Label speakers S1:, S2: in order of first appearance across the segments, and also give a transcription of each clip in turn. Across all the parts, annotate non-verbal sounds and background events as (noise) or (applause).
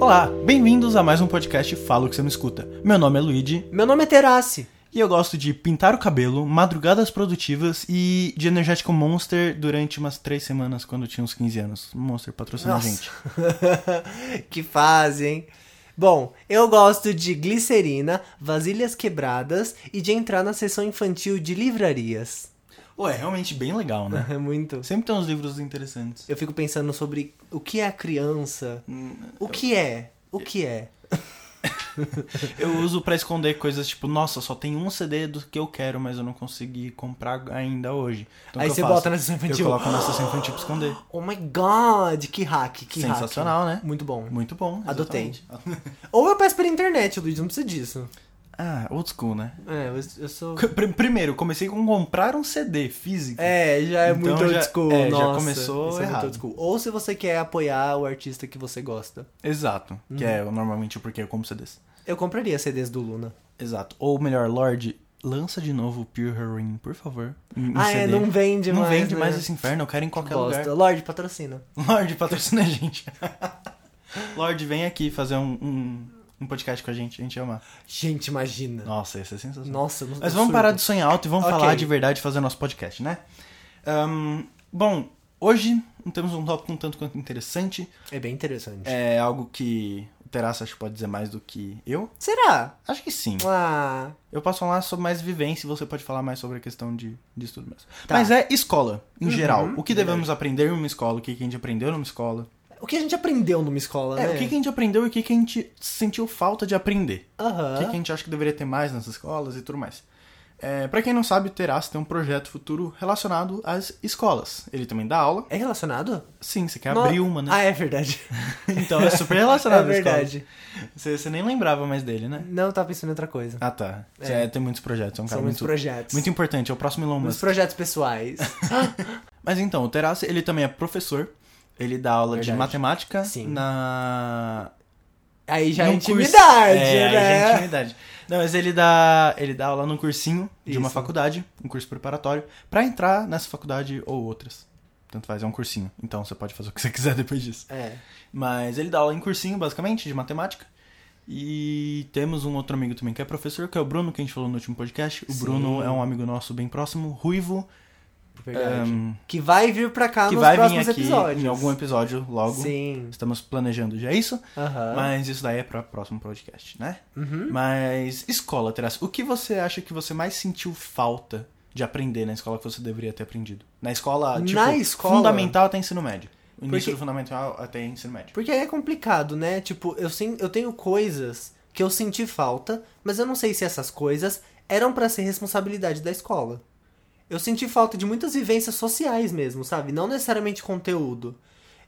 S1: Olá, bem-vindos a mais um podcast Fala o que você não escuta. Meu nome é Luigi
S2: Meu nome é Terassi.
S1: e eu gosto de pintar o cabelo, madrugadas produtivas e de energético Monster durante umas três semanas quando eu tinha uns 15 anos. Monster patrocina a gente.
S2: (laughs) que fase, hein? Bom, eu gosto de glicerina, vasilhas quebradas e de entrar na sessão infantil de livrarias. (laughs)
S1: Ué, é realmente bem legal, né?
S2: É muito.
S1: Sempre tem uns livros interessantes.
S2: Eu fico pensando sobre o que é a criança.
S1: Hum,
S2: O que é? O que é?
S1: Eu uso pra esconder coisas tipo, nossa, só tem um CD do que eu quero, mas eu não consegui comprar ainda hoje. Então, o
S2: Aí
S1: que eu
S2: você
S1: faço?
S2: bota na sessão infantil.
S1: Eu coloco na (gasps) sessão infantil pra esconder.
S2: Oh my god, que hack, que hack.
S1: Sensacional, né?
S2: Muito bom.
S1: Muito bom.
S2: Adotei.
S1: exatamente.
S2: Ou eu peço pela internet, Luiz, não precisa disso.
S1: Ah, old school, né?
S2: É, eu, eu
S1: (laughs)
S2: sou...
S1: Pr- Primeiro, eu comecei com comprar um CD físico.
S2: É, já é
S1: Então
S2: muito
S1: já-
S2: old school.
S1: é, já
S2: nossa,
S1: começou
S2: isso é muito
S1: errado.
S2: old school. Ou se você quer apoiar o artista que você gosta.
S1: Exato. Que é
S2: Uhum.
S1: normalmente o porquê eu compro CDs.
S2: Eu compraria CDs do Luna.
S1: Exato. Ou melhor, Lorde, lança de novo o Pure Heroin, por favor. Um, em- em
S2: ah, é,
S1: CD.
S2: não vende
S1: Não
S2: mais.
S1: vende
S2: né?
S1: mais esse inferno, eu quero em qualquer
S2: Bosta.
S1: lugar.
S2: Lorde, patrocina.
S1: (laughs) Lorde, patrocina a gente. (laughs) Lorde, vem aqui fazer um, um, um podcast com a gente, a gente ia amar.
S2: Gente, imagina.
S1: Nossa, isso é sensacional.
S2: Nossa, eu não
S1: Mas
S2: eu
S1: vamos
S2: surto.
S1: parar de sonhar alto e vamos
S2: Ok.
S1: falar de verdade e fazer nosso podcast, né? Ahn, bom, hoje temos um tópico um tanto quanto interessante.
S2: É bem interessante.
S1: É algo que o Terassa acho que pode dizer mais do que eu.
S2: Será?
S1: Acho que sim.
S2: Ah,
S1: Eu posso falar sobre mais vivência e você pode falar mais sobre a questão de, de estudo mesmo.
S2: Tá. Uhum,
S1: Mas é escola, em geral. O que
S2: verdade.
S1: devemos aprender numa escola, o que que a gente aprendeu numa escola.
S2: o que a gente aprendeu numa escola,
S1: É,
S2: né?
S1: o que que a gente aprendeu e o que que a gente sentiu falta de aprender. O que que a
S2: Aham.
S1: gente acha que deveria ter mais nas escolas e tudo mais. É, para quem não sabe, o Terás tem um projeto futuro relacionado às escolas. Ele também dá aula.
S2: É relacionado?
S1: Sim, você quer
S2: No-
S1: abrir uma, né?
S2: Ah, é verdade.
S1: Então é super relacionado
S2: (laughs) é
S1: à escola.
S2: verdade.
S1: Você, você nem lembrava mais dele, né?
S2: Não, eu tava pensando em outra coisa.
S1: Ah, tá. Você
S2: É.
S1: é, tem muitos projetos, é um cara
S2: São muitos
S1: muito,
S2: projetos.
S1: muito importante, é o próximo Elon
S2: Muitos
S1: Musk. (laughs)
S2: projetos pessoais.
S1: Mas então, o Terassi, ele também é professor, ele dá aula de
S2: Verdade.
S1: matemática
S2: Sim.
S1: na...
S2: Aí já é
S1: num
S2: intimidade,
S1: curso- é,
S2: né?
S1: já é intimidade. Não, mas ele dá, ele dá aula num cursinho de uma
S2: Isso.
S1: faculdade, um curso preparatório, pra entrar nessa faculdade ou outras. Tanto faz, é um cursinho, então você pode fazer o que você (laughs) quiser depois disso.
S2: É.
S1: Mas ele dá aula em cursinho, basicamente, de matemática. E temos um outro amigo também que é professor, que é o Bruno, que a gente falou no último podcast. O
S2: Sim.
S1: Bruno é um amigo nosso bem próximo, ruivo,
S2: Verdade.
S1: ehm,
S2: que vai vir pra cá
S1: que
S2: Ah, nos
S1: vai vir
S2: próximos
S1: aqui
S2: episódios.
S1: em algum episódio logo.
S2: Sim. Ah.
S1: Estamos planejando já isso,
S2: Aham.
S1: mas isso daí é para próximo podcast, né?
S2: Uhum.
S1: Mas escola, Terás, o que você acha que você mais sentiu falta de aprender na escola que você deveria ter aprendido? Na escola, tipo,
S2: Na escola?
S1: fundamental até ensino médio. O início
S2: Porque-
S1: do fundamental até ensino médio.
S2: Porque aí é complicado, né? Tipo, eu, sen- eu tenho coisas que eu senti falta, mas eu não sei se essas coisas eram pra ser responsabilidade da escola. Eu senti falta de muitas vivências sociais mesmo, sabe? Não necessariamente conteúdo.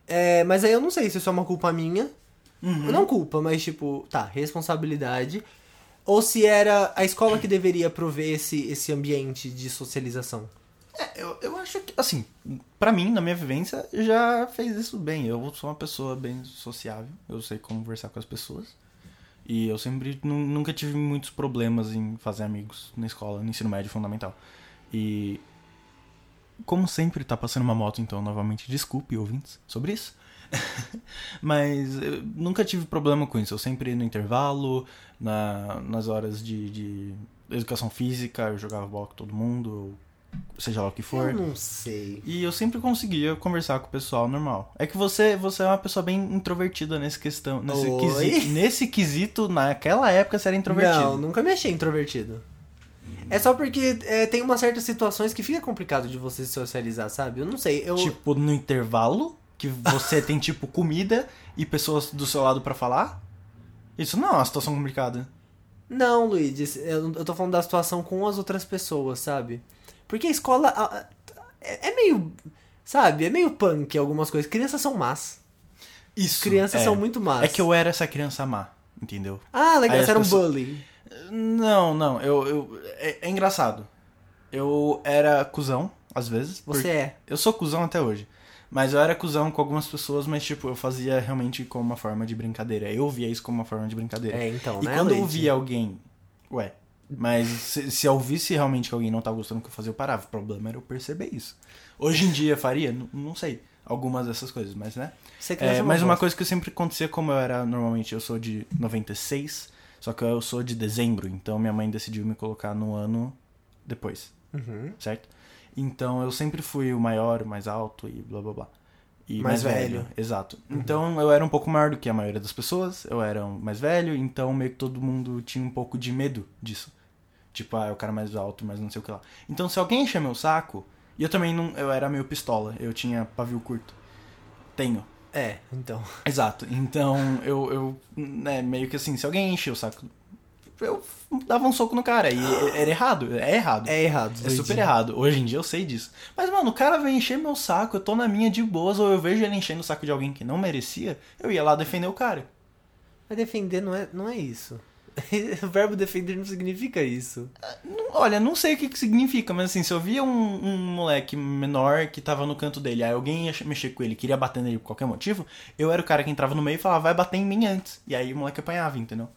S2: É, mas aí eu não sei se isso é uma culpa minha. Não culpa, mas tipo, tá, responsabilidade. Ou se era a escola que deveria prover esse, esse ambiente de socialização. É,
S1: Eu, eu acho que, assim, pra mim, na minha vivência, já fez isso bem. Eu sou uma pessoa bem sociável, eu sei conversar com as pessoas. E eu sempre nu- nunca tive muitos problemas em fazer amigos na escola, no ensino médio fundamental. E como sempre tá passando uma moto, então novamente desculpe ouvintes sobre isso. (laughs) Mas eu nunca tive problema com isso. Eu sempre ia no intervalo, na, nas horas de, de educação física, eu jogava bola com todo mundo, seja lá o que for.
S2: Eu não sei.
S1: E eu sempre conseguia conversar com o pessoal normal. É que você, você é uma pessoa bem introvertida nesse questão, nesse
S2: Oi?
S1: quesito. Nesse quesito, naquela época você era introvertido.
S2: Não, nunca me achei introvertido. É só porque é, tem umas certas situações que fica complicado de você se socializar, sabe? Eu não sei, eu...
S1: Tipo, no intervalo, que você tem tipo comida e pessoas do seu lado pra falar. Isso não é uma situação complicada.
S2: Não, Luigi, eu, eu tô falando da situação com as outras pessoas, sabe? Porque a escola a- a- é, é meio... Sabe? É meio punk algumas coisas. Crianças são más.
S1: Isso.
S2: Crianças
S1: é.
S2: são muito más.
S1: É que eu era essa criança má, entendeu?
S2: Ah, legal,
S1: Aí
S2: você
S1: as
S2: era um
S1: pessoas-
S2: bully.
S1: Não, não, eu. eu é, é engraçado. Eu era cuzão, às vezes.
S2: Você
S1: porque-
S2: é.
S1: Eu sou cuzão até hoje. Mas eu era cuzão com algumas pessoas, mas tipo, eu fazia realmente como uma forma de brincadeira. Eu via isso como uma forma de brincadeira.
S2: É, então,
S1: e
S2: né,
S1: quando eu
S2: Luigi?
S1: via alguém. Ué. Mas se, se eu visse tá realmente que alguém não tava gostando do que eu fazia, eu parava. O problema era eu perceber isso. Hoje em dia faria? N- não sei. algumas dessas coisas, mas né?
S2: Sei que
S1: É,
S2: nós
S1: mas uma
S2: bosta.
S1: coisa que sempre acontecia, como eu era normalmente, eu sou de 96, só que eu sou de dezembro, então minha mãe decidiu me colocar no ano depois,
S2: Uhum.
S1: certo? Então eu sempre fui o maior, o mais alto e blá blá blá. E
S2: Mais velho. Uhum.
S1: Exato. Então eu era um pouco maior do que a maioria das pessoas, eu era um mais velho, então meio que todo mundo tinha um pouco de medo disso. Tipo, ah, é o cara mais alto, mas não sei o que lá. Então se alguém encher meu saco, e eu também não. Eu era meio pistola, eu tinha pavio curto. Tenho.
S2: É, então.
S1: Exato. Então, eu, eu né, meio que assim, se alguém enchia o saco, eu dava um soco no cara.
S2: (gasps)
S1: E era errado, (laughs) é errado.
S2: É errado.
S1: É super
S2: doidinho.
S1: errado. Hoje em dia eu sei disso. Mas, mano, o cara vem encher meu saco, eu tô na minha de boas, ou eu vejo ele enchendo o saco de alguém que não merecia, eu ia lá defender o cara.
S2: Mas defender não é, não é isso. (laughs) o verbo defender não significa isso.
S1: Não- Olha, não sei o que, que significa, mas assim, se eu via um, um moleque menor que tava no canto dele, aí alguém ia che- mexer com ele, queria bater nele por qualquer motivo, eu era o cara que entrava no meio e falava, vai bater em mim antes. E aí o moleque apanhava, entendeu?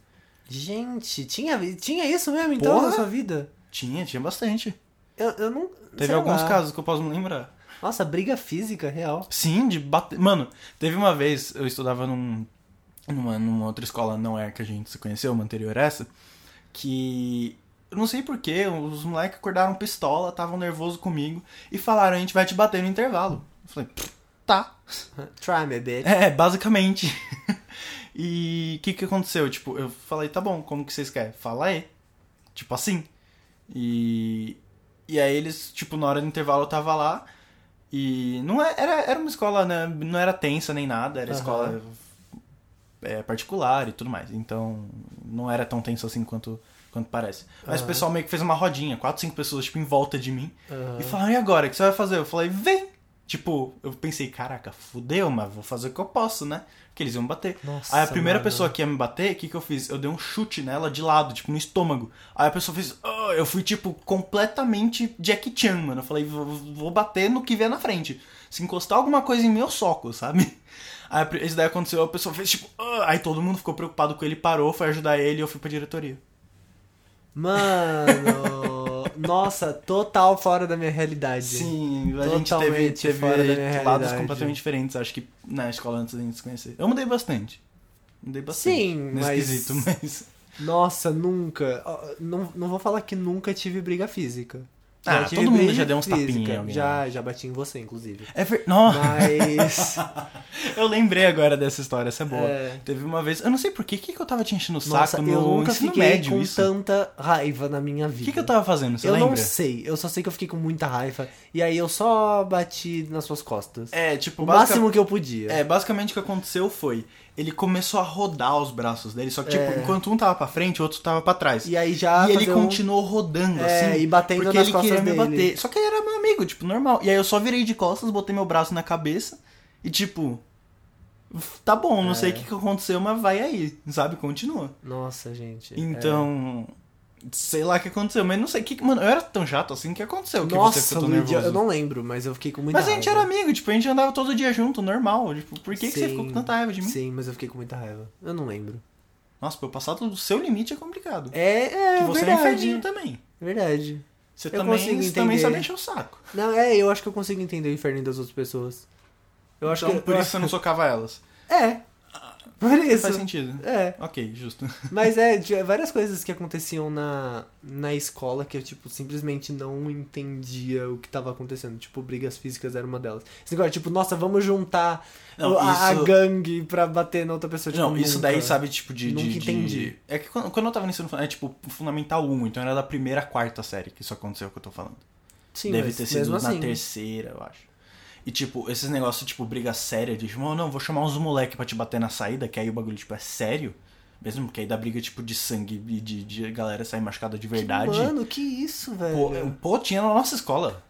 S2: Gente, tinha, tinha isso mesmo então
S1: Porra.
S2: na sua vida?
S1: Tinha, tinha bastante.
S2: Eu, eu não.
S1: Teve
S2: sei
S1: alguns
S2: lá.
S1: casos que eu posso me lembrar.
S2: Nossa, briga física real.
S1: Sim, de bater. Mano, teve uma vez, eu estudava num, numa, numa outra escola, não é a que a gente se conheceu, uma anterior a essa, que. Eu não sei porquê, os moleques acordaram pistola, estavam nervosos comigo e falaram: a gente vai te bater no intervalo. Eu falei: "Pff, tá.
S2: Try me, bitch.
S1: É, basicamente. (laughs) e o que que aconteceu? Tipo, eu falei, tá bom, como que vocês querem? Fala aí. Tipo assim. E. E aí eles, tipo, na hora do intervalo eu tava lá. E não é- era, era uma escola, né? Não era tensa nem nada, era
S2: Aham.
S1: escola é, particular e tudo mais. Então não era tão tenso assim quanto, quanto parece. Mas o
S2: Aham.
S1: pessoal meio que fez uma rodinha, quatro, cinco pessoas, tipo, em volta de mim.
S2: Aham.
S1: E falaram, e agora? O que você vai fazer? Eu falei, vem! Tipo, eu pensei, caraca, fudeu, mas vou fazer o que eu posso, né? Porque eles iam bater.
S2: Nossa,
S1: Aí a primeira
S2: mano.
S1: pessoa que ia me bater, o que, que eu fiz? Eu dei um chute nela de lado, tipo, no estômago. Aí a pessoa fez, "Ah", eu fui, tipo, completamente Jack Chan, mano. Eu falei, vou vou bater no que vier na frente. Se encostar alguma coisa em meu soco, (laughs) sabe? Aí a pri- isso daí aconteceu, a pessoa fez, tipo, "Ah", aí todo mundo ficou preocupado com ele, parou, foi ajudar ele e eu fui pra diretoria.
S2: Mano. nossa, total fora da minha realidade.
S1: Sim, a gente teve,
S2: Totalmente
S1: teve
S2: fora da minha
S1: lados
S2: realidade.
S1: completamente diferentes, acho que na escola antes da gente se conhecer. Eu mudei bastante. Mudei bastante.
S2: Sim,
S1: No
S2: mas-
S1: esquisito,
S2: (laughs)
S1: mas.
S2: Nossa, nunca. Ó, Não, não vou falar que nunca tive briga física.
S1: Ah,
S2: Já tive
S1: todo mundo
S2: briga
S1: já deu uns tapinha em
S2: física.
S1: alguém,
S2: Já, já bati em você,
S1: (laughs)
S2: inclusive.
S1: É ver... Nossa,
S2: Mas.
S1: eu lembrei agora dessa história, essa é boa.
S2: é,
S1: Teve uma vez, eu não sei por quê, que, que eu tava te enchendo o saco
S2: nossa,
S1: no
S2: eu nunca
S1: ensino
S2: fiquei
S1: médio,
S2: com
S1: isso?
S2: tanta raiva na minha
S1: O
S2: vida.
S1: que, que eu tava fazendo, você
S2: Eu
S1: lembra?
S2: não sei, eu só sei que eu fiquei com muita raiva. E aí eu só bati nas suas costas.
S1: É, tipo,
S2: o
S1: basica-
S2: máximo que eu podia.
S1: É, basicamente o que aconteceu foi, ele começou a rodar os braços dele, só que, tipo,
S2: É.
S1: enquanto um tava pra frente, o outro tava pra trás.
S2: E aí já.
S1: E ele
S2: fazer um-
S1: continuou rodando,
S2: É,
S1: assim.
S2: e batendo
S1: porque
S2: nas
S1: ele
S2: costas
S1: queria me
S2: dele.
S1: bater. Só que ele era meu amigo, tipo, normal. E aí eu só virei de costas, botei meu braço na cabeça e, tipo. Tá bom, não sei
S2: É.
S1: o que, que aconteceu, mas vai aí, sabe? Continua.
S2: Nossa, gente.
S1: Então. Sei lá o que aconteceu, mas não sei o que. que- Mano, eu era tão chato assim, o que aconteceu?
S2: é.
S1: Que
S2: Nossa,
S1: você ficou tão
S2: no dia-
S1: nervoso.
S2: eu não lembro, mas eu fiquei com muita
S1: Mas a
S2: raiva.
S1: gente era amigo, tipo, a gente andava todo dia junto, normal. Tipo, por que, que você
S2: Sim,
S1: ficou com tanta raiva de mim?
S2: Sim, mas eu fiquei com muita raiva. Eu não lembro.
S1: Nossa, pra eu passar do seu limite é complicado.
S2: É, é.
S1: que você é
S2: verdade.
S1: inferninho também.
S2: Verdade.
S1: Você
S2: Eu
S1: também,
S2: consigo
S1: você também sabe
S2: entender.
S1: encher o saco.
S2: Não, é, eu acho que eu consigo entender o inferno das outras pessoas. Eu acho
S1: então,
S2: que.
S1: por
S2: eu
S1: isso você não socava elas.
S2: acho- É. Por
S1: Faz
S2: isso.
S1: sentido.
S2: É.
S1: Ok, justo.
S2: Mas é, de- várias coisas que aconteciam na, na escola que eu, tipo, simplesmente não entendia o que tava acontecendo. Tipo, brigas físicas era uma delas. Esse negócio, tipo, nossa, vamos juntar
S1: Não,
S2: o- a,
S1: isso-
S2: a gangue pra bater na outra pessoa. Tipo,
S1: não, isso
S2: nunca.
S1: daí, sabe, tipo, de.
S2: Nunca
S1: de, de-
S2: entendi.
S1: É que quando, quando eu tava no ensino fundamental, é tipo Fundamental 1, então era da primeira à quarta série que isso aconteceu que eu tô falando.
S2: Sim,
S1: Deve
S2: mas
S1: ter sido
S2: mesmo
S1: na
S2: assim.
S1: terceira, eu acho. E tipo, esses negócios, tipo, briga séria, de tipo, "Oh, não, vou chamar uns moleque pra te bater na saída, que aí o bagulho, tipo, é sério. Mesmo porque aí dá briga, tipo, de sangue e de, de galera sair machucada de verdade.
S2: Mano, que isso, velho.
S1: Pô, eu- pô, tinha na nossa escola.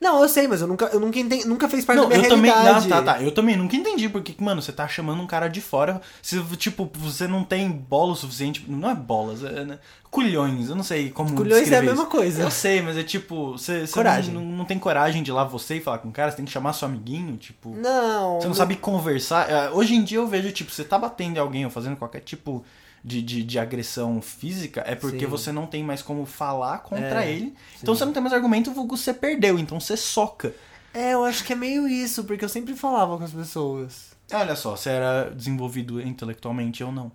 S2: Não, eu sei, mas eu nunca, eu nunca entendi, nunca fez parte
S1: não,
S2: da minha
S1: eu também.
S2: realidade.
S1: Não, tá, tá. Eu também nunca entendi porque, que, mano, você tá chamando um cara de fora. Se, tipo, você não tem bola o suficiente. Não é bolas, é. né? Culhões, eu não sei como.
S2: Culhões é a
S1: descrever
S2: mesma
S1: isso.
S2: coisa.
S1: Eu sei, mas é tipo. Você, você
S2: Coragem.
S1: Não, não tem coragem de ir lá você e falar com o cara, você tem que chamar seu amiguinho, tipo.
S2: Não.
S1: Você não sabe conversar. É, Hoje em dia eu vejo, tipo, você tá batendo em alguém ou fazendo qualquer tipo de, de, de agressão física, é porque
S2: Sim.
S1: você não tem mais como falar contra
S2: É,
S1: ele. Então você não tem mais argumento, vulgo você perdeu, então você soca.
S2: É, eu acho que é meio isso, porque eu sempre falava com as pessoas.
S1: Olha só, você era desenvolvido intelectualmente ou não.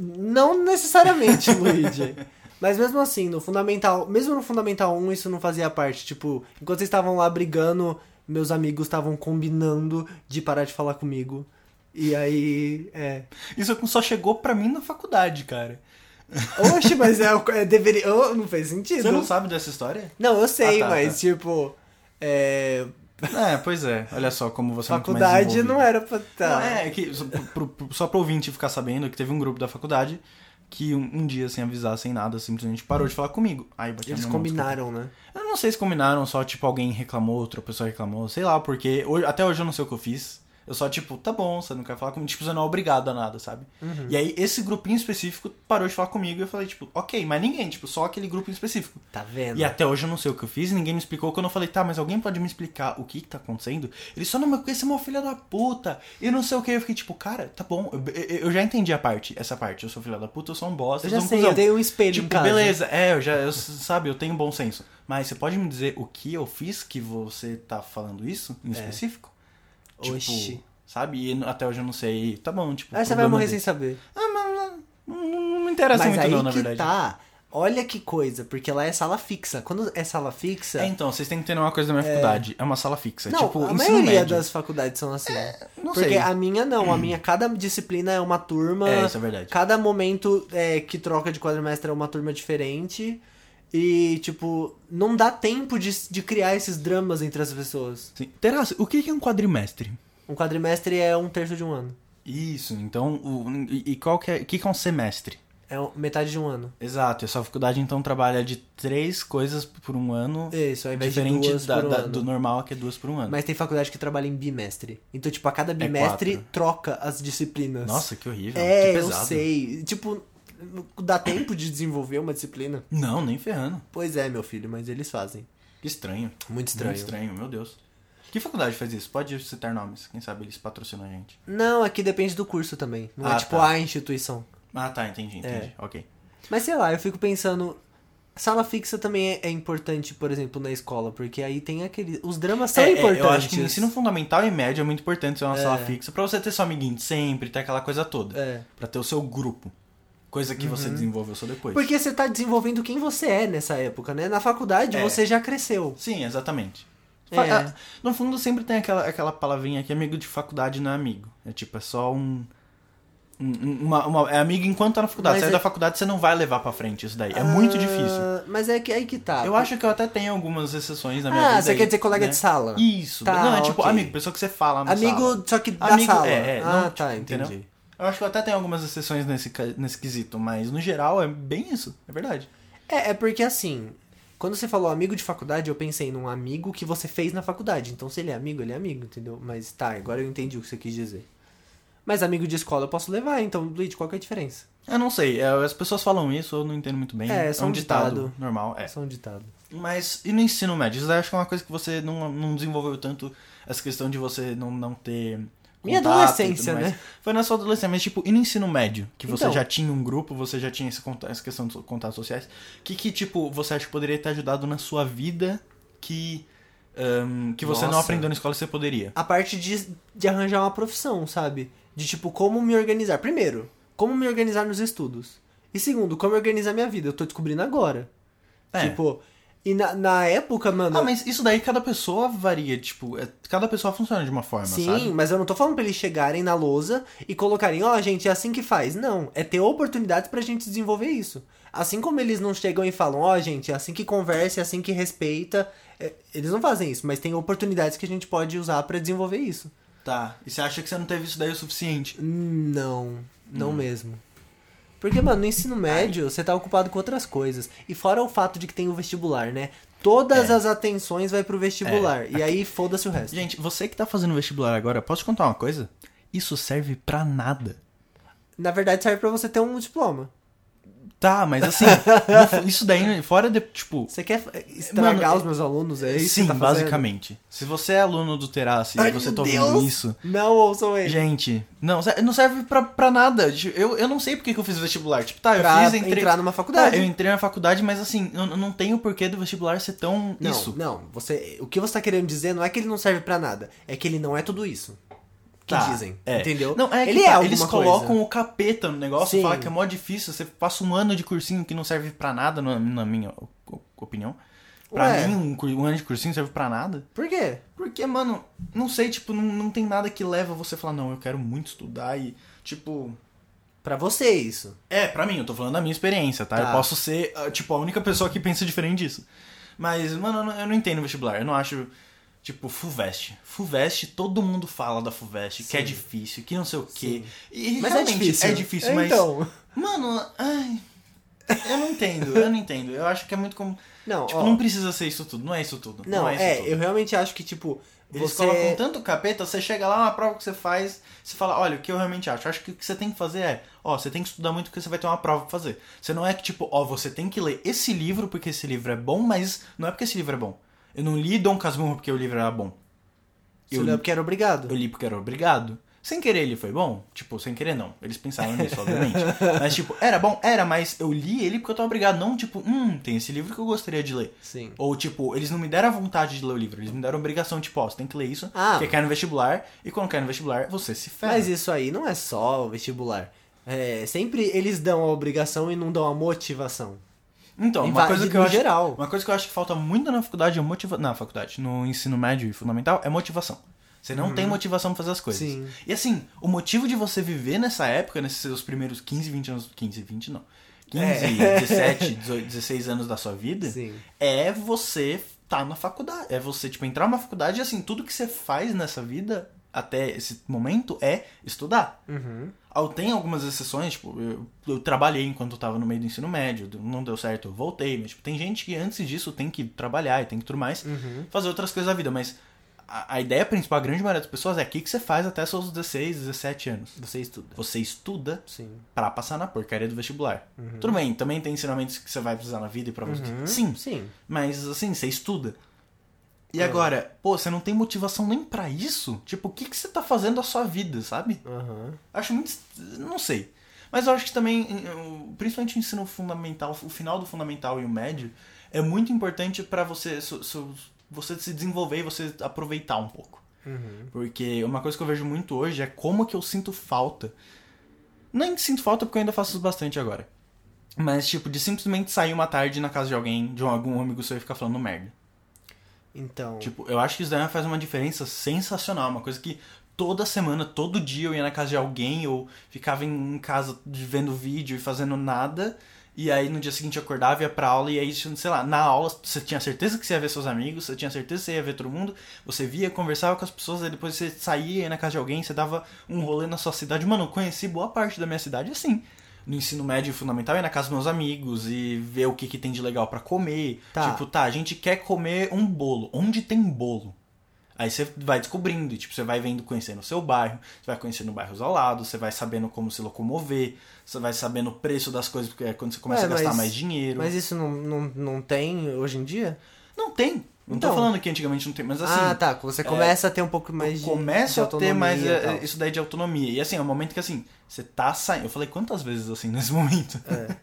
S2: Não necessariamente, Luigi. Mas mesmo assim, no Fundamental. Mesmo no Fundamental 1, isso não fazia parte. Tipo, enquanto vocês estavam lá brigando, meus amigos estavam combinando de parar de falar comigo. E aí. É.
S1: Isso só chegou pra mim na faculdade, cara.
S2: Oxe, mas é, é deveria. oh, não fez sentido.
S1: Você não sabe dessa história?
S2: Não, eu sei,
S1: Ah, tá,
S2: mas
S1: tá.
S2: tipo. É,
S1: É, pois é. Olha só como você é muito mais
S2: faculdade
S1: desenvolvido.
S2: não era pra
S1: Não,
S2: tá.
S1: é, é que só pro, pro, só pro ouvinte ficar sabendo que teve um grupo da faculdade que um, um dia, sem avisar, sem nada, simplesmente parou de falar comigo. Aí bateu
S2: Eles
S1: minha mão, desculpa.
S2: combinaram, né?
S1: Eu não sei se combinaram, só tipo alguém reclamou, outra pessoa reclamou, sei lá, porque hoje, até hoje eu não sei o que eu fiz. Eu só, tipo, tá bom, você não quer falar comigo, tipo, você não é obrigado a nada, sabe?
S2: Uhum.
S1: E aí esse grupinho específico parou de falar comigo e eu falei, tipo, ok, mas ninguém, tipo, só aquele grupo em específico.
S2: Tá vendo?
S1: E até hoje eu não sei o que eu fiz, ninguém me explicou. Quando eu falei, tá, mas alguém pode me explicar o que que tá acontecendo? Ele só, não, mas esse é uma filha da puta. E não sei o que. Eu fiquei tipo, cara, tá bom. Eu, eu- eu já entendi a parte, essa parte. Eu sou filha da puta, eu sou um bosta.
S2: Eu já
S1: sou um
S2: sei,
S1: cuzão.
S2: eu dei um espelho em
S1: Tipo,
S2: casa.
S1: beleza, é, eu já, eu, sabe, eu tenho bom senso. Mas você pode me dizer o que eu fiz que você tá falando isso em específico?
S2: É. Oxi.
S1: Tipo, sabe? E até hoje eu não sei. Tá bom, tipo.
S2: Aí você vai
S1: problema
S2: morrer sem
S1: dele.
S2: saber.
S1: Ah, mas não- não, não me interessa
S2: Mas
S1: muito,
S2: aí
S1: não, na
S2: que
S1: verdade.
S2: tá. Olha que coisa, porque lá é sala fixa. Quando é sala fixa.
S1: É, então, vocês têm que entender uma coisa da minha faculdade. É uma sala fixa.
S2: Não,
S1: tipo,
S2: a
S1: ensino
S2: maioria
S1: médio. É,
S2: das faculdades são assim.
S1: não
S2: porque
S1: sei.
S2: a minha
S1: (clears throat)
S2: não, a minha cada disciplina é uma turma.
S1: É, isso é verdade.
S2: Cada momento é, que troca de quadrimestre é uma turma diferente. E, tipo, não dá tempo de, de criar esses dramas entre as pessoas.
S1: Sim. Terás, o que que é um quadrimestre?
S2: Um quadrimestre é um terço de um ano.
S1: Isso, então, o, e, e qual que é, o que que é um semestre?
S2: É um- metade de um ano.
S1: Exato, e a sua faculdade então trabalha de três coisas por um ano,
S2: Isso, ao invés
S1: diferente
S2: de duas
S1: da-
S2: por um
S1: da-
S2: ano.
S1: do normal, que é duas por um ano.
S2: Mas tem faculdade que trabalha em bimestre. Então, tipo, a cada bimestre
S1: É quatro.
S2: troca as disciplinas.
S1: Nossa, que horrível,
S2: é,
S1: que
S2: eu
S1: pesado.
S2: sei. Tipo, dá tempo de desenvolver uma disciplina?
S1: Não, nem ferrando.
S2: Pois é, meu filho, mas eles fazem.
S1: Que estranho.
S2: Muito estranho.
S1: Muito estranho, meu Deus. Que faculdade faz isso? Pode citar nomes, quem sabe eles patrocinam a gente.
S2: Não, aqui depende do curso também. Não é
S1: Ah,
S2: tipo
S1: tá.
S2: a instituição.
S1: Ah, tá,
S2: É.
S1: entendi, entendi. Ok.
S2: Mas sei lá, eu fico pensando. Sala fixa também é, é importante, por exemplo, na escola, porque aí tem aquele. Os dramas são
S1: É, é,
S2: importantes.
S1: Eu acho que no ensino fundamental e médio é muito importante ser uma
S2: É.
S1: sala fixa pra você ter seu amiguinho de sempre, ter aquela coisa toda.
S2: É. Uhum.
S1: Pra ter o seu grupo. Coisa que você desenvolveu só depois.
S2: Porque você tá desenvolvendo quem você é nessa época, né? Na faculdade
S1: É.
S2: você já cresceu.
S1: Sim, exatamente.
S2: É.
S1: Fa- ah, No fundo sempre tem aquela, aquela palavrinha que amigo de faculdade não é amigo. É tipo, é só um. um- uma- uma- é amigo enquanto tá na faculdade.
S2: Mas
S1: Sai
S2: é-
S1: da faculdade você não vai levar pra frente isso daí. É muito
S2: Ah,
S1: difícil.
S2: Mas é que aí que tá.
S1: Eu acho que eu até tenho algumas exceções na minha vida.
S2: Ah, você
S1: aí,
S2: quer dizer colega
S1: né?
S2: de sala?
S1: Isso.
S2: Tá,
S1: não, é tipo
S2: ok.
S1: amigo, pessoa que você fala na sala.
S2: Amigo, só que da
S1: Amigo-
S2: sala.
S1: é, é,
S2: ah,
S1: não,
S2: tá,
S1: tipo,
S2: entendi.
S1: entendeu? Eu acho que eu até tenho algumas exceções nesse, ca- nesse quesito, mas no geral é bem isso, é verdade.
S2: É, é porque assim, quando você falou amigo de faculdade, eu pensei num amigo que você fez na faculdade. Então, se ele é amigo, ele é amigo, entendeu? Mas tá, agora eu entendi o que você quis dizer. Mas amigo de escola eu posso levar, então, Luiz, qual que é a diferença?
S1: Eu não sei, é, as pessoas falam isso, eu não entendo muito bem.
S2: É, é só um ditado.
S1: normal, é.
S2: Só um ditado.
S1: Mas e no ensino médio? Isso daí eu acho que é uma coisa que você não, não desenvolveu tanto, essa questão de você não, não ter.
S2: Minha
S1: contato e
S2: adolescência,
S1: tudo mais.
S2: né?
S1: Foi na sua adolescência, mas tipo, e no ensino médio? Que você
S2: Então.
S1: já tinha um grupo, você já tinha esse conta- essa questão dos contatos sociais. O que, que, tipo, você acha que poderia ter ajudado na sua vida que, ahn, que você não
S2: Nossa.
S1: aprendeu na escola e você poderia?
S2: A parte de, de arranjar uma profissão, sabe? De tipo, como me organizar. Primeiro, como me organizar nos estudos. E segundo, como organizar minha vida. Eu tô descobrindo agora.
S1: É.
S2: Tipo, e na, na época, mano.
S1: Ah, mas isso daí cada pessoa varia, tipo, é- cada pessoa funciona de uma forma,
S2: Sim,
S1: sabe?
S2: mas eu não tô falando pra eles chegarem na lousa e colocarem, ó, gente, é assim que faz. Não, é ter oportunidades pra gente desenvolver isso. Assim como eles não chegam e falam, ó, gente, é assim que conversa, é assim que respeita. É, eles não fazem isso, mas tem oportunidades que a gente pode usar pra desenvolver isso.
S1: Tá. E você acha que você não teve isso daí o suficiente?
S2: Não, não mesmo. Porque, mano, no ensino médio, você tá ocupado com outras coisas. E fora o fato de que tem o vestibular, né? Todas as atenções vai pro vestibular. E aí, foda-se o resto.
S1: Gente, você que tá fazendo vestibular agora, posso te contar uma coisa? Isso serve pra nada.
S2: Na verdade, serve pra você ter um diploma.
S1: Tá, mas assim, não fo- isso daí, fora de, tipo...
S2: Você quer estragar
S1: Mano,
S2: os meus alunos? É isso? que
S1: sim,
S2: você tá fazendo?
S1: basicamente. Se você é aluno do Terassi
S2: Ai,
S1: e você
S2: meu
S1: tá
S2: Deus!
S1: ouvindo isso...
S2: Não ouçam ele.
S1: Gente, não, se- não serve pra, pra nada. Tipo, Eu, eu não sei porque que eu fiz vestibular. Tipo, tá, eu
S2: pra
S1: fiz, entrei...
S2: entrar numa
S1: Tá,
S2: faculdade.
S1: eu entrei na faculdade, mas assim, eu eu não tenho porquê do vestibular ser tão
S2: Não,
S1: isso.
S2: não. Você, o que você tá querendo dizer não é que ele não serve pra nada. É que ele não é tudo isso. Que
S1: Tá,
S2: dizem.
S1: é.
S2: Entendeu?
S1: Não, é que
S2: ele
S1: tá,
S2: é alguma
S1: Eles
S2: coisa.
S1: colocam o capeta no negócio,
S2: Sim.
S1: falam que é mó difícil, você passa um ano de cursinho que não serve pra nada, na, na minha o- o- opinião. Pra
S2: Ué.
S1: mim, um, cur- um ano de cursinho serve pra nada.
S2: Por quê?
S1: Porque, mano, não sei, tipo, não, não tem nada que leva você a falar, não, eu quero muito estudar e, tipo...
S2: Pra você isso.
S1: É, pra mim, eu tô falando da minha experiência, tá?
S2: Tá.
S1: Eu posso ser, ah, tipo, a única pessoa que pensa diferente disso. Mas, mano, eu não- eu não entendo vestibular. Eu não acho, tipo, FUVEST. FUVEST, todo mundo fala da FUVEST, que é
S2: Sim.
S1: difícil, que não sei o quê.
S2: Sim.
S1: E
S2: Mas é
S1: realmente
S2: difícil.
S1: é difícil, mas. (laughs)
S2: Então.
S1: Mano, ai. Eu não entendo, eu não entendo. Eu acho que é muito como.
S2: Não,
S1: Tipo,
S2: ó,
S1: não
S2: não,
S1: precisa ser isso tudo, não é isso tudo. Não, é isso
S2: é,
S1: tudo.
S2: eu realmente acho que, tipo,
S1: Eles
S2: você.
S1: colocam tanto capeta, você chega lá, é uma prova que você faz, você fala, olha, o que eu realmente acho? Acho que o que você tem que fazer é, ó, você tem que estudar muito porque você vai ter uma prova pra fazer. Você não é que, tipo, ó, você tem que ler esse livro porque esse livro é bom, mas não é porque esse livro é bom. Eu não li Dom Casmurro porque o livro era bom.
S2: Você
S1: Eu-
S2: não é porque era obrigado.
S1: né? Eu li porque era obrigado. Sem querer ele foi bom? Tipo, sem querer não. Eles pensaram nisso,
S2: (laughs)
S1: obviamente. Mas, tipo, era bom? Era, mas eu li ele porque eu tava obrigado. Não, tipo, hum, tem esse livro que eu gostaria de ler.
S2: Sim.
S1: Ou, tipo, eles não me deram a vontade de ler o livro, eles me deram a obrigação, tipo, ó, você tem que ler isso,
S2: Ah.
S1: porque cai no vestibular, e quando cai no vestibular, você se ferra.
S2: Mas isso aí não é só o vestibular. É, sempre eles dão a obrigação e não dão a motivação.
S1: Então,
S2: Em
S1: uma
S2: va-
S1: coisa
S2: de-
S1: que eu
S2: no
S1: acho,
S2: geral.
S1: uma coisa que eu acho que falta muito na faculdade é motiva, na faculdade, no ensino médio e fundamental é motivação. Você não tem motivação pra fazer as coisas.
S2: Uhum. Sim.
S1: E assim, o motivo de você viver nessa época, nesses seus primeiros 15, 20 anos, 15, 20 não. 15,
S2: É.
S1: 17, 18, 16 anos da sua vida,
S2: Sim.
S1: é você tá na faculdade. É você, tipo, entrar numa faculdade e assim, tudo que você faz nessa vida até esse momento é estudar.
S2: Uhum.
S1: Ao- Tem algumas exceções, tipo, eu, eu trabalhei enquanto eu tava no meio do ensino médio, não deu certo, eu voltei, mas tipo, tem gente que antes disso tem que trabalhar e tem que tudo mais,
S2: Uhum.
S1: fazer outras coisas da vida, mas a, a ideia principal, a grande maioria das pessoas é o que, que você faz até seus 16, 17 anos.
S2: Você estuda.
S1: Você estuda
S2: Sim.
S1: pra passar na porcaria do vestibular. Tudo bem, também tem ensinamentos que você vai precisar na vida e pra você.
S2: Uhum.
S1: Sim,
S2: Sim.
S1: mas assim, você estuda. E
S2: É.
S1: agora, pô, você não tem motivação nem pra isso? Tipo, o que, que você tá fazendo da sua vida, sabe?
S2: Aham.
S1: Acho muito. est- Não sei. Mas eu acho que também, em- o- principalmente o ensino fundamental, o final do fundamental e o médio, é muito importante pra você, su- su- você se desenvolver e você aproveitar um pouco.
S2: Uhum.
S1: Porque uma coisa que eu vejo muito hoje é como que eu sinto falta. Nem sinto falta porque eu ainda faço isso bastante agora. Mas, tipo, de simplesmente sair uma tarde na casa de alguém, de um, algum amigo seu e ficar falando merda.
S2: Então.
S1: Tipo, eu acho que isso daí faz uma diferença sensacional. Uma coisa que toda semana, todo dia eu ia na casa de alguém, eu ficava em em casa de- vendo vídeo e fazendo nada. E aí no dia seguinte eu acordava, ia pra aula, e aí, sei lá, na aula você tinha certeza que você ia ver seus amigos, você tinha certeza que você ia ver todo mundo, você via, conversava com as pessoas, aí depois você saía ia na casa de alguém, você dava um rolê na sua cidade. Mano, eu conheci boa parte da minha cidade assim. No ensino médio e fundamental, ia na casa dos meus amigos e ver o que, que tem de legal pra comer.
S2: Tá.
S1: Tipo, tá, a gente quer comer um bolo. Onde tem bolo? Aí você vai descobrindo, e, tipo, você vai vendo, conhecendo o seu bairro, você vai conhecendo bairros ao lado, você vai sabendo como se locomover, você vai sabendo o preço das coisas, porque é quando você começa
S2: É,
S1: a gastar
S2: mas-
S1: mais dinheiro.
S2: Mas isso não, não, não tem hoje em dia?
S1: Não tem. Não
S2: Então.
S1: tô falando que antigamente não tem, mas assim.
S2: ah, tá. Você começa a ter um pouco mais de. de
S1: começa a ter
S2: autonomia
S1: mais
S2: e
S1: é,
S2: tal.
S1: isso daí de autonomia. E assim, é um momento que assim, você tá saindo. Eu falei quantas vezes assim (laughs) nesse momento.
S2: É.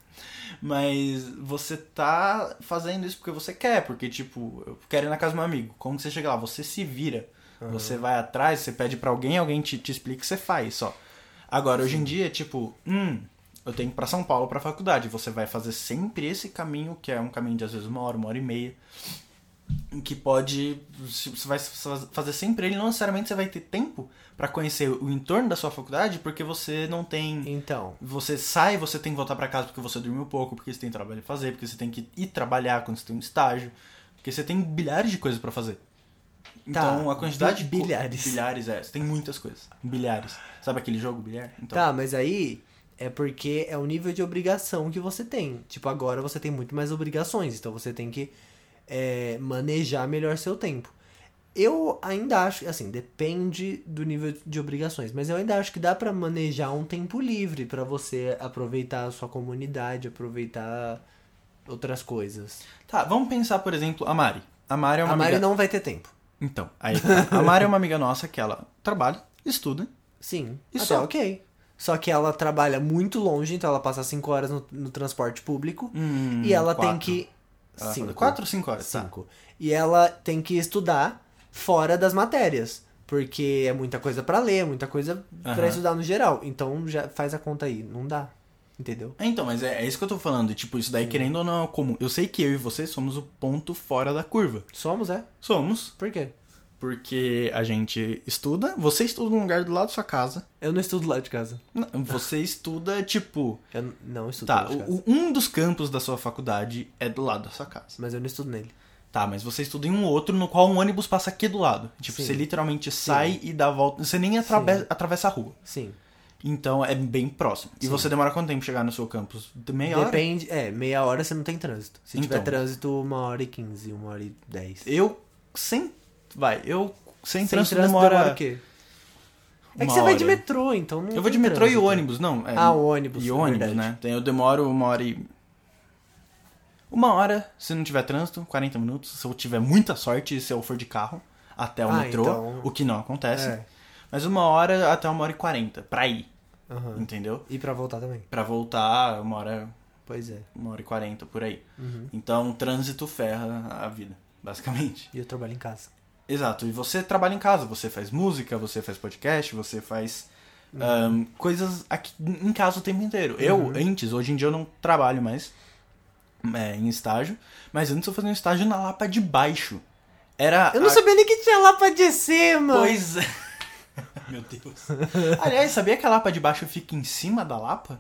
S1: Mas você tá fazendo isso porque você quer, porque tipo, eu quero ir na casa do meu amigo. Como que você chega lá? Você se vira. Você vai atrás, você pede pra alguém, alguém te, te explica e você faz só. Agora, hoje em dia, tipo, hum, eu tenho que ir pra São Paulo pra faculdade. Você vai fazer sempre esse caminho, que é um caminho de às vezes uma hora, uma hora e meia. em Que pode. se- Você vai fa- fazer sempre ele, não necessariamente você vai ter tempo pra conhecer o entorno da sua faculdade, porque você não tem
S2: Então.
S1: você sai, você tem que voltar pra casa porque você dormiu pouco, porque você tem trabalho a fazer, porque você tem que ir trabalhar quando você tem um estágio, porque você tem bilhares de coisas pra fazer. Então a quantidade
S2: bi- Tá, bilhares.
S1: de co- bilhares é, você tem muitas coisas, bilhares. Sabe aquele jogo bilhar? Então,
S2: Tá, mas aí é porque é o nível de obrigação que você tem. Tipo, agora você tem muito mais obrigações, então você tem que é, manejar melhor seu tempo. Eu ainda acho, assim, depende do nível de obrigações, mas eu ainda acho que dá pra manejar um tempo livre pra você aproveitar a sua comunidade, aproveitar outras coisas.
S1: Tá, vamos pensar, por exemplo, a Mari. A Mari é uma
S2: a Mari
S1: amiga...
S2: não vai ter tempo.
S1: Então, aí tá. A Mari é uma amiga nossa que ela trabalha, estuda.
S2: Sim.
S1: E
S2: até
S1: só?
S2: ok. Só que ela trabalha muito longe, então ela passa 5 horas no, no transporte público
S1: hum,
S2: e ela tem
S1: quatro.
S2: que.
S1: Ela
S2: cinco.
S1: fala, Quatro ou cinco horas? Tá.
S2: Cinco. E ela tem que estudar fora das matérias. Porque é muita coisa pra ler, muita coisa pra
S1: Aham.
S2: estudar no geral. Então já faz a conta aí. Não dá. Entendeu?
S1: É, Então, mas é, é isso que eu tô falando. Tipo, isso daí, querendo ou não, é comum. Eu sei que eu e você somos o ponto fora da curva.
S2: Somos, é?
S1: Somos,
S2: Por quê?
S1: porque a gente estuda. Você estuda num lugar do lado da sua casa.
S2: Eu não estudo lá de casa.
S1: Não, Você estuda, tipo.
S2: Eu n- não estudo
S1: Tá,
S2: lá de casa.
S1: o- o- um dos campos da sua faculdade é do lado da sua casa.
S2: Mas eu não estudo nele.
S1: Tá, mas você estuda em um outro no qual um ônibus passa aqui do lado. Tipo,
S2: Sim.
S1: você literalmente sai e dá a volta. Você nem atrabe- atravessa a rua.
S2: Sim.
S1: Então é bem próximo. E você demora quanto tempo pra chegar no seu campus? De Meia hora?
S2: Depende. É, meia hora você não tem trânsito. Se tiver
S1: Então.
S2: trânsito, uma hora e quinze, uma hora e dez.
S1: Eu sem. Vai, eu sem,
S2: Sem
S1: trânsito, demora.
S2: o quê? É
S1: uma
S2: que você vai
S1: hora.
S2: de metrô, então não
S1: Eu vou de
S2: tem
S1: metrô e
S2: trânsito.
S1: ônibus, não. é-
S2: Ah, o ônibus.
S1: E ônibus,
S2: verdade.
S1: né? Então eu demoro uma hora e. Uma hora, se não tiver trânsito, 40 minutos. Se eu tiver muita sorte e se eu for de carro até o
S2: Ah,
S1: metrô,
S2: então-
S1: o que não acontece.
S2: É.
S1: Mas uma hora até uma hora e 40 pra ir,
S2: Aham.
S1: entendeu?
S2: E pra voltar também.
S1: Pra voltar, uma hora,
S2: Pois é.
S1: uma hora e 40 por aí.
S2: Uhum.
S1: Então trânsito ferra a vida, basicamente.
S2: E eu trabalho em casa.
S1: Exato, e você trabalha em casa, você faz música, você faz podcast, você faz
S2: Uhum.
S1: ahn, coisas aqui em casa o tempo inteiro. Eu, antes, hoje em dia eu não trabalho mais é, em estágio, mas antes eu fazia um estágio na Lapa de Baixo. Era.
S2: Eu não
S1: a-
S2: sabia nem que tinha lá pra descer, mano.
S1: Pois
S2: (laughs)
S1: é. Meu Deus. (laughs) Aliás, sabia que a Lapa de Baixo fica em cima da Lapa?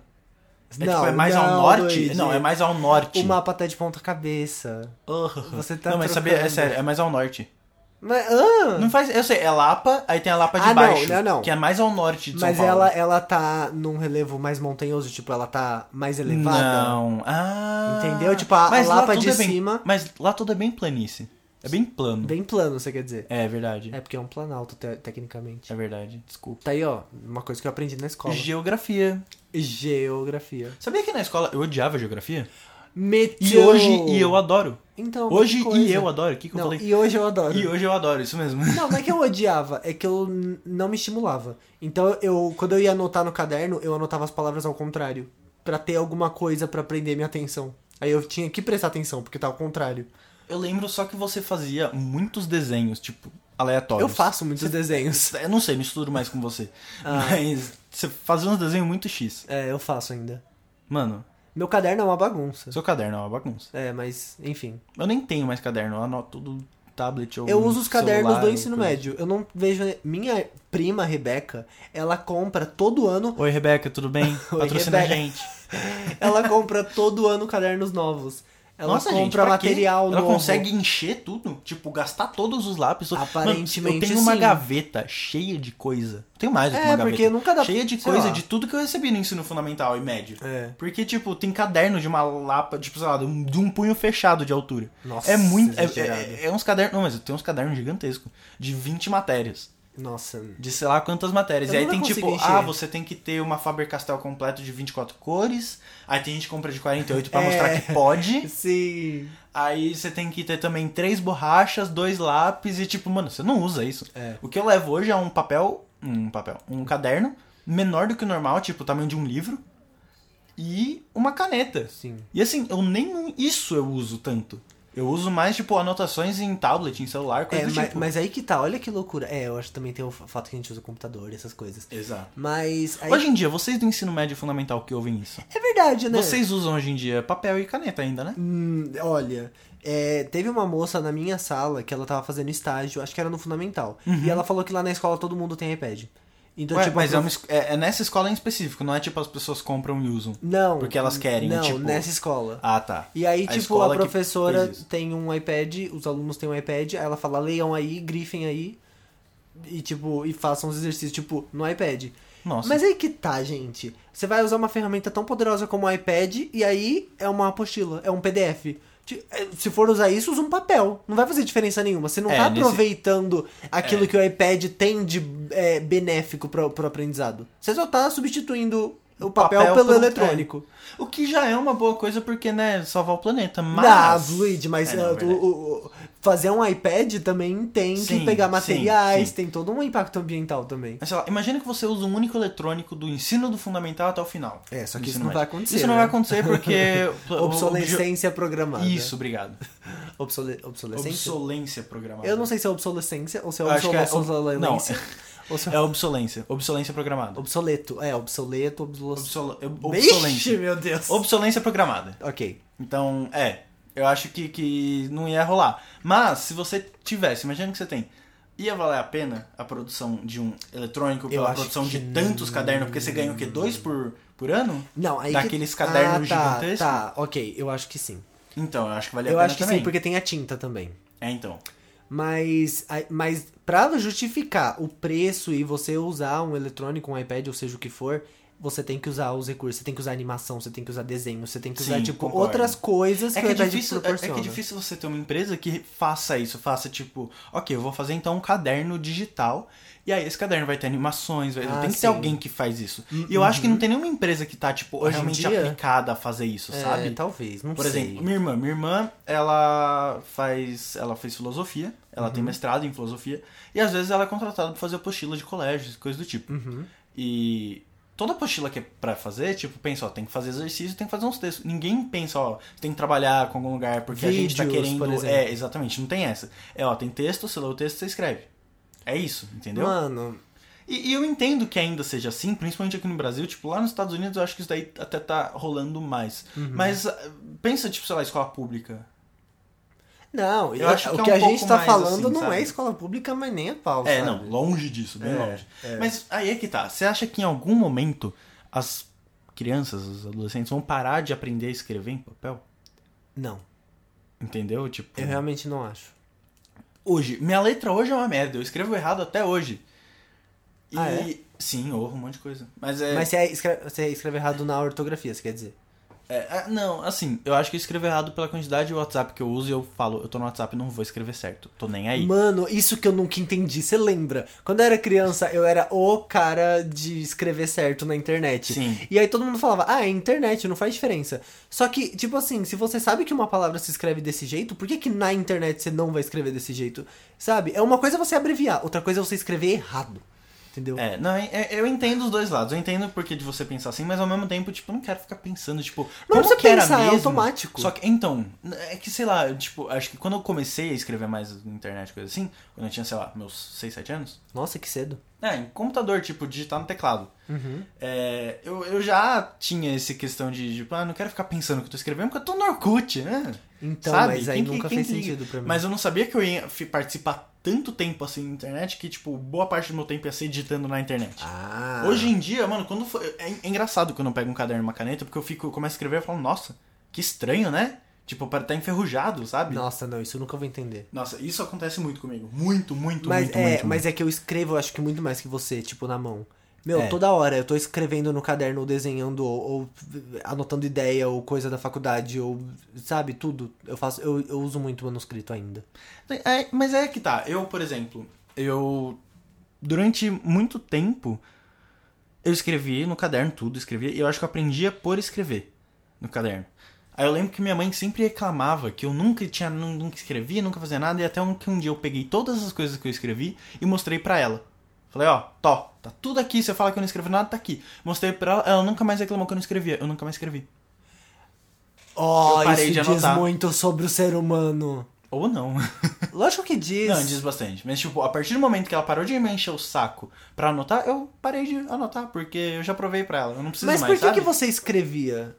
S1: É, tipo, é mais ao norte? Não, é mais ao norte.
S2: O mapa tá de ponta cabeça.
S1: Aham.
S2: Você tá
S1: não, mas sabia, é
S2: trocando.
S1: sério, é mais ao norte.
S2: Mas, ah,
S1: Não faz, eu sei, é Lapa, aí tem a Lapa de
S2: Ah, não,
S1: Baixo,
S2: não, não.
S1: que é mais ao norte de
S2: mas
S1: São Paulo.
S2: ela, ela tá num relevo mais montanhoso, tipo, ela tá mais elevada.
S1: Não. Ah.
S2: Entendeu? Tipo, a- a
S1: lá
S2: Lapa
S1: tudo
S2: de
S1: é bem-
S2: cima-
S1: Mas lá tudo é bem planície. É bem plano.
S2: Bem plano, você quer dizer.
S1: É verdade.
S2: É porque é um planalto, te- tecnicamente.
S1: É verdade. Desculpa.
S2: Tá aí, ó, uma coisa que eu aprendi na escola.
S1: Geografia.
S2: Geografia.
S1: Sabia que na escola eu odiava geografia? E
S2: Meteu!
S1: hoje e eu adoro.
S2: Então,
S1: Hoje
S2: coisa.
S1: e eu adoro. O que, que eu
S2: Não,
S1: falei?
S2: e hoje eu adoro.
S1: E hoje eu adoro, isso mesmo. (laughs)
S2: Não, não é que eu odiava, é que eu n- não me estimulava. Então eu, quando eu ia anotar no caderno, eu anotava as palavras ao contrário, Pra ter alguma coisa pra prender minha atenção. Aí eu tinha que prestar atenção, porque tá ao contrário.
S1: Eu lembro só que você fazia muitos desenhos, tipo, aleatórios.
S2: Eu faço muitos desenhos.
S1: Eu não sei, misturo mais com você.
S2: Ah.
S1: Mas você fazia uns desenhos muito X.
S2: É, eu faço ainda.
S1: Mano,
S2: Meu caderno é uma bagunça.
S1: seu caderno é uma bagunça.
S2: É, mas enfim.
S1: Eu nem tenho mais caderno, eu anoto tudo no tablet ou
S2: Eu
S1: no
S2: uso os
S1: Um
S2: cadernos
S1: celular,
S2: do
S1: ou
S2: ensino
S1: coisa.
S2: médio. Eu não vejo minha prima Rebeca, ela compra todo ano
S1: tipo. Oi, Rebeca, tudo
S2: (laughs)
S1: bem? Patrocina a
S2: Rebeca.
S1: gente.
S2: Ela compra todo ano cadernos novos. Ela
S1: Nossa,
S2: compra
S1: gente, pra quê?
S2: material
S1: Ela
S2: novo.
S1: consegue encher tudo? Tipo, gastar todos os lápis? Mano,
S2: Aparentemente,
S1: eu tenho uma
S2: sim.
S1: gaveta cheia de coisa. Eu tenho mais do que uma
S2: É,
S1: gaveta.
S2: porque nunca dá-
S1: Cheia de
S2: sei
S1: coisa,
S2: lá.
S1: de tudo que eu recebi no ensino fundamental e médio.
S2: É.
S1: Porque, tipo, tem caderno de uma lapa, tipo, sei lá, de um, de um punho fechado de altura.
S2: Nossa,
S1: é muito. é-
S2: exagerado.
S1: É, é uns cadernos. Não, mas eu tenho uns cadernos gigantescos. De 20 matérias.
S2: Nossa.
S1: de sei lá quantas matérias.
S2: Eu
S1: e aí
S2: nunca
S1: tem tipo,
S2: consegui encher.
S1: ah, você tem que ter uma Faber-Castell completo de 24 cores. Aí tem gente que compra de 48 pra
S2: (laughs) É.
S1: mostrar que pode.
S2: Sim.
S1: Aí você tem que ter também três borrachas, dois lápis e tipo, mano, você não usa isso.
S2: É.
S1: O que eu levo hoje é um papel, um papel, um caderno menor do que o normal, tipo, o tamanho de um livro e uma caneta.
S2: Sim.
S1: E assim, eu nem isso eu uso tanto. Eu uso mais tipo anotações em tablet, em celular, coisa
S2: É,
S1: do
S2: ma- mas,
S1: tipo.
S2: aí que tá, olha que loucura. É, eu acho que também tem o fa- fato que a gente usa computador e essas coisas.
S1: Exato.
S2: Mas aí-
S1: Hoje em dia, vocês do ensino médio fundamental que ouvem isso,
S2: é verdade, né?
S1: Vocês usam hoje em dia papel e caneta ainda, né?
S2: Hum, olha, é, teve uma moça na minha sala que ela tava fazendo estágio, acho que era no Fundamental. E ela falou que lá na escola todo mundo tem iPad. Então,
S1: Uhum. Ué,
S2: tipo,
S1: mas
S2: a
S1: é, uma es- é- é nessa escola em específico, não é tipo as pessoas compram e usam.
S2: Não.
S1: Porque elas querem,
S2: Não,
S1: tipo-
S2: nessa escola.
S1: Ah, tá.
S2: E aí,
S1: A
S2: tipo,
S1: escola
S2: a
S1: que
S2: professora
S1: fez isso.
S2: tem um iPad, os alunos têm um iPad, aí ela fala, leiam aí, grifem aí, e tipo, e façam os exercícios, tipo, no iPad.
S1: Nossa.
S2: Mas aí que tá, gente. Você vai usar uma ferramenta tão poderosa como o iPad, e aí é uma apostila, é um PDF. Ti- é, Se for usar isso, usa um papel. Não vai fazer diferença nenhuma. Você não
S1: É,
S2: tá
S1: nesse-
S2: aproveitando aquilo
S1: É.
S2: que o iPad tem de é, benéfico pro, pro aprendizado. Você só tá substituindo o papel,
S1: papel
S2: pelo
S1: por um-
S2: eletrônico.
S1: O que já é uma boa coisa, porque, né, salvar o planeta, mas...
S2: Mas, Luigi, mas
S1: É, não,
S2: ah,
S1: é verdade.
S2: o- o- o- fazer um iPad também tem que
S1: Sim,
S2: pegar
S1: sim,
S2: materiais,
S1: sim.
S2: tem todo um impacto ambiental também.
S1: Mas, sei lá, imagina que você usa um único eletrônico do ensino do fundamental até o final.
S2: É, só que
S1: Do
S2: isso
S1: ensino
S2: não
S1: médio.
S2: vai acontecer,
S1: Isso não
S2: né?
S1: vai acontecer
S2: (laughs)
S1: porque... o- o-
S2: Obsolescência programada.
S1: Isso, obrigado.
S2: Obsole- Obsolescência?
S1: Obsolência programada.
S2: Eu não sei se é obsolescência ou se é
S1: Eu acho que é ob-
S2: obsolescência. Ou se é
S1: É obsolência. Obsolência programada.
S2: obsoleto. É, obsoleto, obsoleto.
S1: Obsol...
S2: Ixi,
S1: Obsolência.
S2: meu Deus.
S1: Obsolência programada.
S2: Ok.
S1: Então, é. Eu acho que, que não ia rolar. Mas, se você tivesse, imagina que você tem. Ia valer a pena a produção de um eletrônico
S2: Eu
S1: pela
S2: acho
S1: produção de
S2: que
S1: tantos cadernos? Porque você ganha o quê? Dois por, por ano?
S2: Não, aí.
S1: Daqueles
S2: que...
S1: cadernos
S2: ah, tá,
S1: gigantescos?
S2: Tá, ok, eu acho que sim.
S1: Então, eu acho que valia a
S2: eu
S1: pena
S2: acho que
S1: também.
S2: sim, porque tem a tinta também.
S1: É, então.
S2: Mas, ai- mas pra justificar o preço e você usar um eletrônico, um iPad, ou seja o que for, você tem que usar os recursos, você tem que usar animação, você tem que usar desenho, você tem que usar,
S1: Sim,
S2: tipo,
S1: concordo.
S2: outras coisas
S1: É
S2: que,
S1: que é,
S2: o iPad
S1: difícil, é, é
S2: proporciona.
S1: que é difícil você ter uma empresa que faça isso, faça tipo, ok, eu vou fazer então um caderno digital, e aí esse caderno vai ter animações, vai,
S2: Ah,
S1: tem que
S2: sim. Uhum.
S1: ter alguém que faz isso. E eu acho que não tem nenhuma empresa que tá, tipo,
S2: Hoje em
S1: realmente
S2: dia?
S1: aplicada a fazer isso,
S2: É,
S1: sabe?
S2: talvez, não
S1: Por
S2: sei.
S1: exemplo, minha irmã. Minha irmã, ela faz. Ela fez filosofia, ela
S2: Uhum.
S1: tem mestrado em filosofia, e às vezes ela é contratada pra fazer apostila de colégios, coisas do tipo.
S2: Uhum.
S1: E toda apostila que é pra fazer, tipo, pensa, ó, tem que fazer exercício, tem que fazer uns textos. Ninguém pensa, ó, tem que trabalhar com algum lugar porque a gente tá
S2: Vídeos,
S1: querendo.
S2: por exemplo.
S1: é, exatamente, não tem essa. É, ó, tem texto, você lê o texto, você escreve. É isso, entendeu?
S2: Mano,
S1: E, e eu entendo que ainda seja assim, principalmente aqui no Brasil, tipo, lá nos Estados Unidos eu acho que isso daí até tá rolando mais.
S2: uhum.
S1: Mas ah, pensa, tipo, sei lá, escola pública.
S2: não,
S1: Eu acho
S2: o
S1: que é
S2: que
S1: um
S2: a gente
S1: pouco
S2: tá
S1: mais
S2: falando
S1: assim,
S2: não é
S1: sabe?
S2: escola pública, mas nem a pau,
S1: É,
S2: sabe?
S1: não, longe disso, bem
S2: É,
S1: longe. Mas aí é que tá. Você acha que em algum momento as crianças, os adolescentes vão parar de aprender a escrever em papel?
S2: Não,
S1: Entendeu? Tipo,
S2: eu realmente não acho.
S1: hoje, minha letra hoje é uma merda, eu escrevo errado até hoje. E
S2: Ah, é?
S1: sim, eu erro um monte de coisa. Mas é,
S2: Mas você escreve, você escreve errado na ortografia, você quer dizer?
S1: é, ah, não, assim, eu acho que eu escrevo errado pela quantidade de WhatsApp que eu uso e eu falo, eu tô no WhatsApp, não vou escrever certo. Tô nem aí.
S2: Mano, isso que eu nunca entendi. Você lembra? Quando eu era criança, eu era o cara de escrever certo na internet.
S1: Sim.
S2: E aí todo mundo falava, ah, é internet, não faz diferença. Só que, tipo assim, se você sabe que uma palavra se escreve desse jeito, por que que na internet você não vai escrever desse jeito? Sabe? É uma coisa você abreviar, outra coisa é você escrever errado. Entendeu?
S1: É, não, é- é- eu entendo os dois lados. Eu entendo o porquê de você pensar assim, mas ao mesmo tempo, tipo, eu não quero ficar pensando, tipo, como
S2: precisa
S1: que era
S2: pensar, é
S1: mesmo?
S2: automático.
S1: Só que, então, é que, sei lá, eu, tipo, acho que quando eu comecei a escrever mais na internet, coisa assim, quando eu tinha, sei lá, meus 6, 7 anos,
S2: Nossa, que cedo.
S1: é, em computador, tipo, digitar no teclado. É, eu, eu já tinha essa questão de, tipo, ah, não quero ficar pensando o que eu tô escrevendo, porque eu tô no Orkut, né?
S2: Então,
S1: Sabe?
S2: mas aí
S1: Quem que-
S2: nunca
S1: quem
S2: fez
S1: que liga?
S2: sentido pra mim.
S1: Mas eu não sabia que eu ia fi- participar tanto tempo assim na internet que, tipo, boa parte do meu tempo ia ser digitando na internet.
S2: Ah.
S1: Hoje em dia, mano, quando for, é, é engraçado quando eu pego um caderno e uma caneta, porque eu fico, eu começo a escrever e falo, nossa, que estranho, né? Tipo, para tá enferrujado, sabe?
S2: Nossa, não, isso eu nunca vou entender.
S1: Nossa, isso acontece muito comigo. Muito, muito,
S2: Mas
S1: muito,
S2: é,
S1: muito.
S2: mas é que eu escrevo, eu acho que muito mais que você, tipo, na mão. Meu,
S1: É.
S2: toda hora eu tô escrevendo no caderno, ou desenhando, ou, ou anotando ideia, ou coisa da faculdade, ou sabe, tudo. Eu faço, eu, eu uso muito manuscrito ainda.
S1: muito. É, mas é que tá. Eu, por exemplo, eu durante muito tempo eu escrevi no caderno tudo, escrevia, e eu acho que eu aprendia por escrever no caderno. Aí eu lembro que minha mãe sempre reclamava que eu nunca tinha, nu- nunca escrevia, nunca fazia nada, e até um, que um dia eu peguei todas as coisas que eu escrevi e mostrei pra ela. Falei, ó, tó, tá tudo aqui, você fala que eu não escrevi nada, tá aqui. Mostrei pra ela, ela nunca mais reclamou que eu não escrevia, eu nunca mais escrevi.
S2: Ó,
S1: Eu
S2: isso
S1: parei
S2: diz
S1: de anotar.
S2: muito sobre o ser humano.
S1: Ou não.
S2: Lógico que diz.
S1: Não, diz bastante. Mas, tipo, a partir do momento que ela parou de me encher o saco pra anotar, eu parei de anotar, porque eu já provei pra ela. Eu não preciso
S2: Mas
S1: mais,
S2: por que,
S1: sabe?
S2: que você escrevia?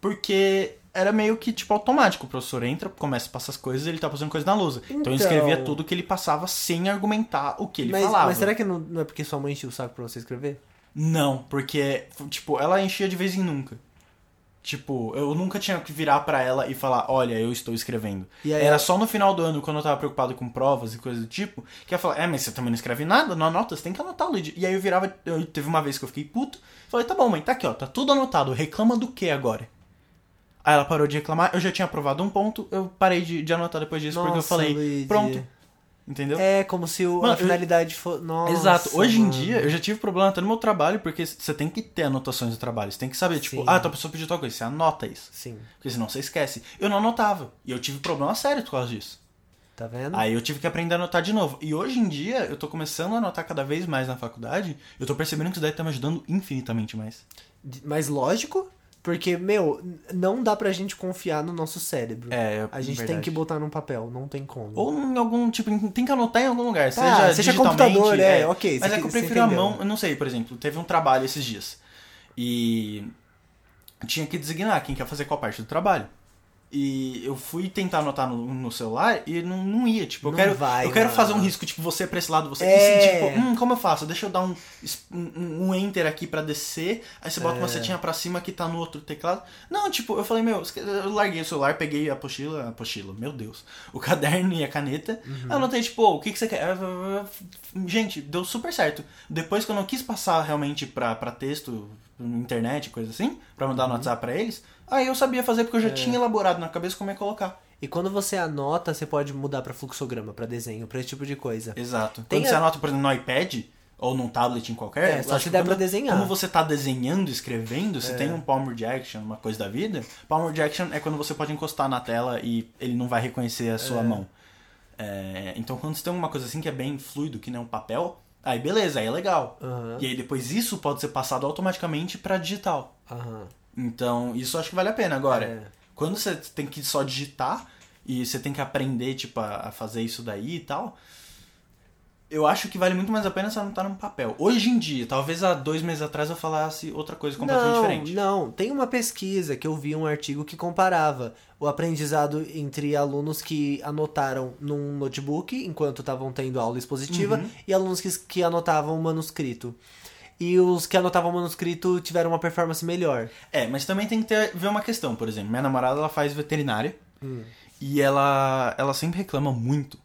S1: Porque era meio que, tipo, automático. O professor entra, começa a passar as coisas, ele tá passando coisa na lousa. Então,
S2: Então.
S1: eu escrevia tudo que ele passava sem argumentar o que ele
S2: mas,
S1: falava.
S2: mas será que não, não é porque sua mãe encheu o saco pra você escrever?
S1: Não, porque, tipo, ela enchia de vez em nunca. Tipo, eu nunca tinha que virar pra ela e falar, olha, eu estou escrevendo.
S2: E aí
S1: Era
S2: ela-
S1: só no final do ano, quando eu tava preocupado com provas e coisa do tipo, que ela falava, é, mas você também não escreve nada, não anota, você tem que anotar, Luigi. E aí eu virava, eu, teve uma vez que eu fiquei puto, falei, tá bom, mãe, tá aqui, ó, tá tudo anotado, reclama do que agora? Aí ela parou de reclamar, eu já tinha aprovado um ponto, eu parei de, de anotar depois disso, porque eu
S2: Nossa,
S1: falei,
S2: Luigi.
S1: pronto. Entendeu?
S2: É como se o,
S1: Mano,
S2: a
S1: eu-
S2: finalidade fosse. Nossa,
S1: Exato. Hoje
S2: mano.
S1: em dia, eu já tive problema até no meu trabalho, porque você tem que ter anotações do trabalho. Você tem que saber, tipo,
S2: Sim.
S1: ah, tua pessoa pediu tal coisa, você anota isso.
S2: Sim,
S1: Porque senão você esquece. Eu não anotava. E eu tive problema sério por causa disso.
S2: tá vendo?
S1: Aí eu tive que aprender a anotar de novo. E hoje em dia, eu tô começando a anotar cada vez mais na faculdade. Eu tô percebendo que isso daí tá me ajudando infinitamente mais.
S2: De- Mas lógico, porque, meu, n- não dá pra gente confiar no nosso cérebro.
S1: É,
S2: A gente tem que botar num papel, não tem como.
S1: Ou em algum, tipo, tem que anotar em algum lugar.
S2: Tá,
S1: seja
S2: seja
S1: digitalmente,
S2: computador, é, ok,
S1: Mas
S2: você
S1: é que eu
S2: que- você
S1: prefiro a
S2: entendeu.
S1: mão. Eu não sei, por exemplo, teve um trabalho esses dias. E tinha que designar quem quer fazer qual parte do trabalho. E eu fui tentar anotar no, no celular e não, não ia. Tipo, eu
S2: Não
S1: quero,
S2: vai,
S1: eu quero
S2: mano.
S1: fazer um risco, tipo, você pra esse lado, você.
S2: É.
S1: E se, tipo, hum, como eu faço? Deixa eu dar um, es- um, um enter aqui pra descer. Aí você bota
S2: É.
S1: uma setinha pra cima que tá no outro teclado. Não, tipo, eu falei, meu, esque- eu larguei o celular, peguei a apostila, a apostila, meu Deus, o (laughs) caderno e a caneta.
S2: Uhum.
S1: Aí Anotei, tipo, "Oh, o que, que você quer? Ah, ah, ah, Gente, deu super certo. Depois que eu não quis passar realmente pra, pra texto, internet, coisa assim, pra
S2: Uhum.
S1: mandar no WhatsApp pra eles, aí eu sabia fazer porque eu
S2: É.
S1: já tinha elaborado na cabeça como é colocar.
S2: E quando você anota, você pode mudar pra fluxograma, pra desenho, pra esse tipo de coisa.
S1: Exato.
S2: Tem
S1: Quando
S2: a-
S1: você anota, por exemplo, no iPad ou num tablet em qualquer,
S2: É, só
S1: acho
S2: se
S1: que
S2: der pra
S1: quando-
S2: desenhar. É.
S1: Como você tá desenhando, escrevendo, você tem um palm rejection, uma coisa da vida. Palm rejection é quando você pode encostar na tela e ele não vai reconhecer a sua mão. É, então quando você tem uma coisa assim que é bem fluido, que nem um papel, aí beleza, aí é legal.
S2: Aham.
S1: E aí depois isso pode ser passado automaticamente pra digital.
S2: Aham.
S1: Então, isso acho que vale a pena. Agora,
S2: É.
S1: quando você tem que só digitar e você tem que aprender, tipo, a, a fazer isso daí e tal, eu acho que vale muito mais a pena você anotar num papel. Hoje em dia, talvez há dois meses atrás eu falasse outra coisa completamente
S2: não,
S1: diferente.
S2: Não, tem uma pesquisa que eu vi um artigo que comparava o aprendizado entre alunos que anotaram num notebook enquanto estavam tendo aula expositiva
S1: Uhum.
S2: e alunos que, que anotavam manuscrito. E os que anotavam manuscrito tiveram uma performance melhor.
S1: É, mas também tem que ter, ver uma questão, por exemplo. Minha namorada, ela faz veterinária. E ela, ela sempre reclama muito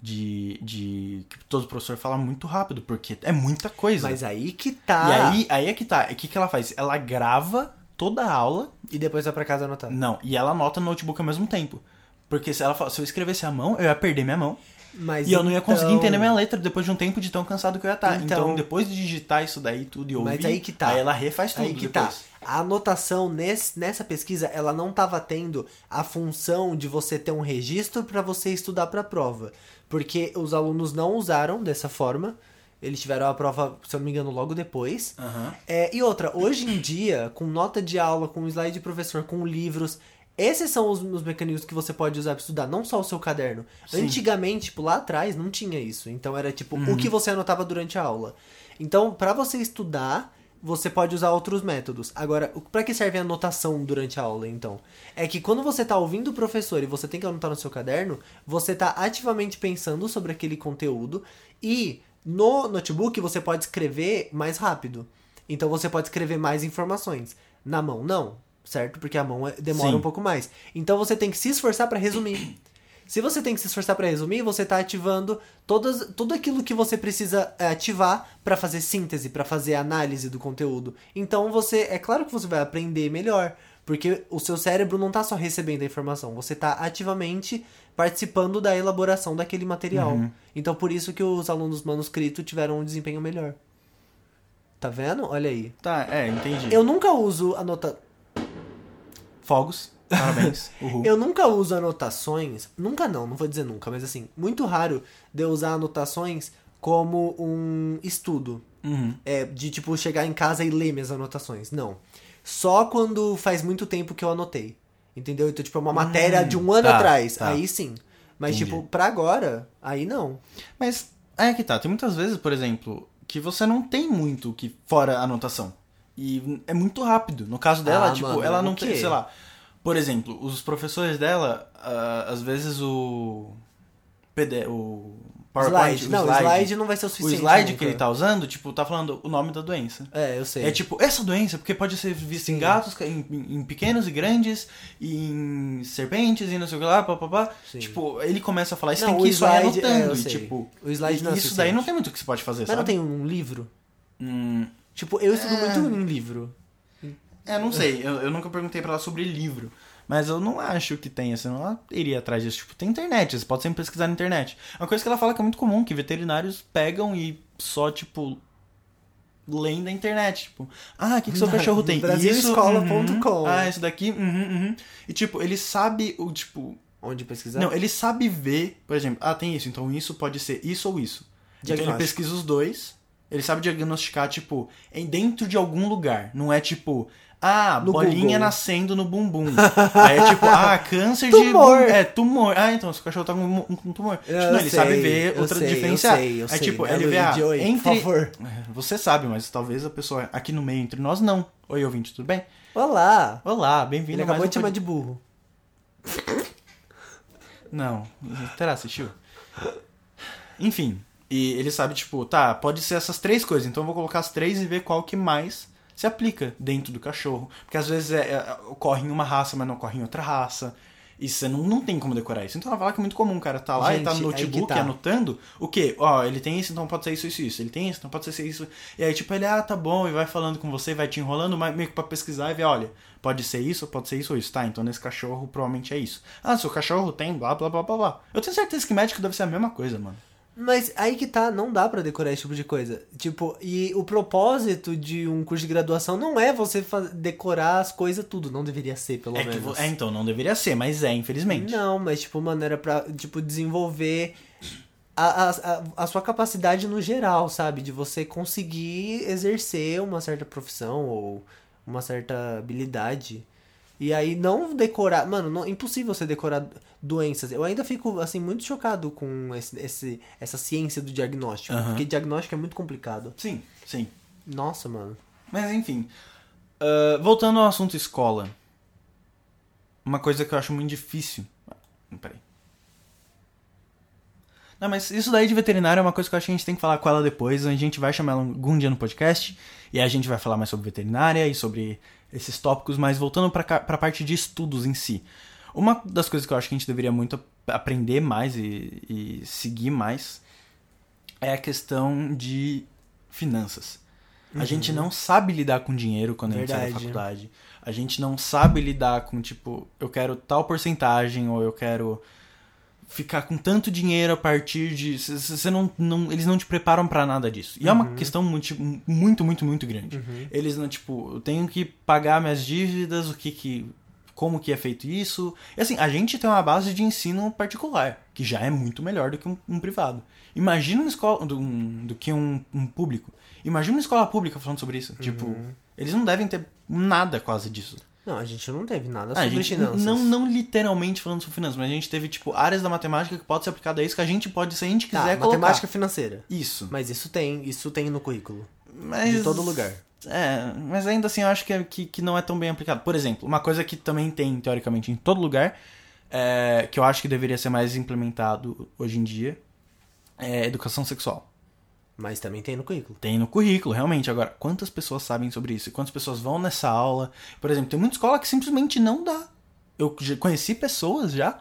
S1: de, de que todo professor fala muito rápido, porque é muita coisa.
S2: Mas aí que
S1: E
S2: tá.
S1: aí, aí é que tá. O que, que ela faz? Ela grava toda a aula
S2: E depois vai pra casa anotar.
S1: Não, e ela anota no notebook ao mesmo tempo. Porque se ela fala- se eu escrevesse a mão, eu ia perder minha mão.
S2: Mas
S1: e eu não ia conseguir
S2: então-
S1: entender minha letra depois de um tempo de tão cansado que eu ia estar. Então,
S2: Então-
S1: depois de digitar isso daí tudo e ouvir.
S2: Mas aí que tá.
S1: ela refaz tudo.
S2: Aí que tá.
S1: depois.
S2: A anotação nesse- nessa pesquisa, ela não estava tendo a função de você ter um registro para você estudar para a prova, porque os alunos não usaram dessa forma. Eles tiveram a prova, se eu não me engano, logo depois.
S1: Aham.
S2: É, e outra, hoje em dia, com nota de aula, com slide de professor, com livros, esses são os, os mecanismos que você pode usar pra estudar, não só o seu caderno.
S1: Sim.
S2: Antigamente, tipo, lá atrás, não tinha isso. Então era tipo o que você anotava durante a aula. Então, pra você estudar, você pode usar outros métodos. Agora, o- pra que serve a anotação durante a aula, então? É que quando você tá ouvindo o professor e você tem que anotar no seu caderno, você tá ativamente pensando sobre aquele conteúdo e no notebook você pode escrever mais rápido. Então você pode escrever mais informações. Na mão, não, certo? Porque a mão é- demora
S1: Sim.
S2: um pouco mais. Então você tem que se esforçar pra resumir. Se você tem que se esforçar pra resumir, você tá ativando todas, tudo aquilo que você precisa é, ativar pra fazer síntese, pra fazer análise do conteúdo. Então você, é claro que você vai aprender melhor, porque o seu cérebro não tá só recebendo a informação, você tá ativamente participando da elaboração daquele material. Então por isso que os alunos manuscrito tiveram um desempenho melhor. Tá vendo? Olha aí.
S1: Tá, é, entendi.
S2: Eu nunca uso anota... (laughs)
S1: Fogos, parabéns. Uhul.
S2: Eu nunca uso anotações, nunca não, não vou dizer nunca, mas assim, muito raro de eu usar anotações como um estudo.
S1: Uhum.
S2: É, de tipo chegar em casa e ler minhas anotações. Não. Só quando faz muito tempo que eu anotei. Entendeu? Então, tipo, é uma matéria de um ano
S1: tá,
S2: atrás.
S1: tá.
S2: Aí sim. Mas,
S1: Entendi.
S2: tipo, pra agora, aí não.
S1: Mas é que tá. Tem muitas vezes, por exemplo, que você não tem muito o que fora a anotação. E é muito rápido. No caso dela,
S2: Ah,
S1: tipo,
S2: mano,
S1: ela não
S2: o
S1: tem,
S2: quê?
S1: sei lá. Por exemplo, os professores dela, ah, às vezes o. PD, o PowerPoint,
S2: slide.
S1: o
S2: Não, o
S1: slide,
S2: slide não vai ser o
S1: o
S2: suficiente. né,
S1: slide
S2: nunca.
S1: que ele tá usando, tipo, tá falando o nome da doença.
S2: É, eu sei.
S1: É tipo, essa doença, porque pode ser vista em gatos, em, em- em pequenos e grandes, e em serpentes e não sei o que lá, papapá.
S2: Sim.
S1: Tipo, ele começa a falar, isso
S2: Não,
S1: tem
S2: o
S1: que ir só ir
S2: slide- é, eu
S1: anotando. e,
S2: sei.
S1: tipo,
S2: O slide não é
S1: isso daí
S2: suficiente.
S1: não tem muito o que você pode fazer,
S2: Mas
S1: sabe?
S2: não tem um livro?
S1: Hum,
S2: Tipo, eu estudo
S1: É.
S2: muito em livro.
S1: é, não sei, eu, eu nunca perguntei pra ela sobre livro. Mas eu não acho que tenha, senão ela iria atrás disso. Tipo, tem internet, você pode sempre pesquisar na internet. Uma coisa que ela fala que é muito comum, que veterinários pegam e só, tipo, leem da internet. Tipo, ah, o que, que
S2: (laughs)
S1: seu cachorro tem? E isso,
S2: Brasilescola.com.
S1: ah, isso daqui, uhum, uhum. E, tipo, ele sabe o, tipo...
S2: Onde pesquisar?
S1: Não, ele sabe ver, por exemplo, ah, tem isso, então isso pode ser isso ou isso. Então ele
S2: Diagnóstico.
S1: pesquisa os dois, ele sabe diagnosticar, tipo, em dentro de algum lugar. Não é tipo, ah,
S2: No
S1: bolinha
S2: Google.
S1: nascendo no
S2: (laughs)
S1: bumbum. Aí é tipo, ah, câncer de.
S2: Tumor.
S1: bum- É, tumor. Ah, então, seu cachorro tá com um um tumor.
S2: Eu
S1: Tipo, não, ele
S2: sei,
S1: sabe ver
S2: eu
S1: outra
S2: sei, eu
S1: diferença.
S2: sei, eu
S1: é
S2: sei.
S1: tipo,
S2: Né,
S1: ele vê, ah,
S2: Luigi? Oi, por
S1: entre. É,
S2: favor.
S1: Você sabe, mas talvez a pessoa aqui no meio, entre nós, não. Oi, ouvinte, tudo bem?
S2: Olá.
S1: Olá, bem-vindo
S2: Ele
S1: a mais
S2: acabou de
S1: um
S2: chamar de burro.
S1: Não. Terá assistiu? Enfim. E ele sabe, tipo, tá, pode ser essas três coisas, então eu vou colocar as três e ver qual que mais se aplica dentro do cachorro. Porque às vezes é, é, ocorre em uma raça, mas não ocorre em outra raça. E você não, não tem como decorar isso. Então ela fala que é muito comum, o cara tá lá e tá no
S2: Gente, aí que
S1: notebook
S2: tá.
S1: anotando o quê? Ó, ele tem isso, então pode ser isso, isso, isso. Ele tem isso, então pode ser isso. E aí, tipo, ele, ah, tá bom, e vai falando com você, vai te enrolando, mas meio que pra pesquisar e ver, olha, pode ser isso, pode ser isso ou isso. Tá, então nesse cachorro provavelmente é isso. Ah, seu cachorro tem, blá, blá, blá, blá, blá. Eu tenho certeza que médico deve ser a mesma coisa, mano.
S2: Mas aí que tá, não dá pra decorar esse tipo de coisa. Tipo, e o propósito de um curso de graduação não é você fa- decorar as coisas tudo, não deveria ser, pelo
S1: É, que,
S2: menos.
S1: vo- é, então, não deveria ser, mas é, infelizmente.
S2: Não, mas tipo, mano, era pra, tipo, desenvolver a, a, a, a sua capacidade no geral, sabe? De você conseguir exercer uma certa profissão ou uma certa habilidade. E aí não decorar. Mano, não, impossível você decorar doenças. Eu ainda fico, assim, muito chocado com esse, esse, essa ciência do diagnóstico.
S1: Aham.
S2: Porque diagnóstico é muito complicado.
S1: Sim, sim.
S2: Nossa, mano.
S1: Mas enfim. Ah, voltando ao assunto escola. Uma coisa que eu acho muito difícil. Ah, Peraí. Não, mas isso daí de veterinário é uma coisa que eu acho que a gente tem que falar com ela depois. A gente vai chamar ela algum dia no podcast. E a gente vai falar mais sobre veterinária e sobre esses tópicos. Mas voltando pra, ca- pra parte de estudos em si. Uma das coisas que eu acho que a gente deveria muito ap- aprender mais e- e seguir mais é a questão de finanças. A gente não sabe lidar com dinheiro quando a gente sai da
S2: Verdade.
S1: faculdade. A gente não sabe lidar com, tipo, eu quero tal porcentagem, ou eu quero ficar com tanto dinheiro a partir de. c- c- Você não, não, eles não te preparam pra nada disso. E é uma questão muito, tipo, muito, muito, muito grande. Eles não, tipo, eu tenho que pagar minhas dívidas, o que que. Como que é feito isso? E assim, a gente tem uma base de ensino particular, que já é muito melhor do que um, um privado. Imagina uma escola. Do, um- do que um, um público. Imagina uma escola pública falando sobre isso. Tipo,
S2: Uhum.
S1: eles não devem ter nada quase disso.
S2: Não, a gente não teve nada
S1: Ah, a
S2: sobre
S1: gente n-
S2: finanças.
S1: não, não literalmente falando sobre finanças, mas a gente teve, tipo, áreas da matemática que pode ser aplicada a isso, que a gente pode, se a gente
S2: Tá,
S1: quiser, colocar.
S2: matemática financeira.
S1: Isso.
S2: Mas isso tem, isso tem no currículo.
S1: Mas...
S2: De todo lugar.
S1: É, mas ainda assim eu acho que, é- que, que não é tão bem aplicado. Por exemplo, uma coisa que também tem, teoricamente, em todo lugar, é, que eu acho que deveria ser mais implementado hoje em dia, é educação sexual.
S2: Mas também tem no currículo.
S1: Tem no currículo, realmente. Agora, quantas pessoas sabem sobre isso? E quantas pessoas vão nessa aula? Por exemplo, tem muita escola que simplesmente não dá. Eu já conheci pessoas já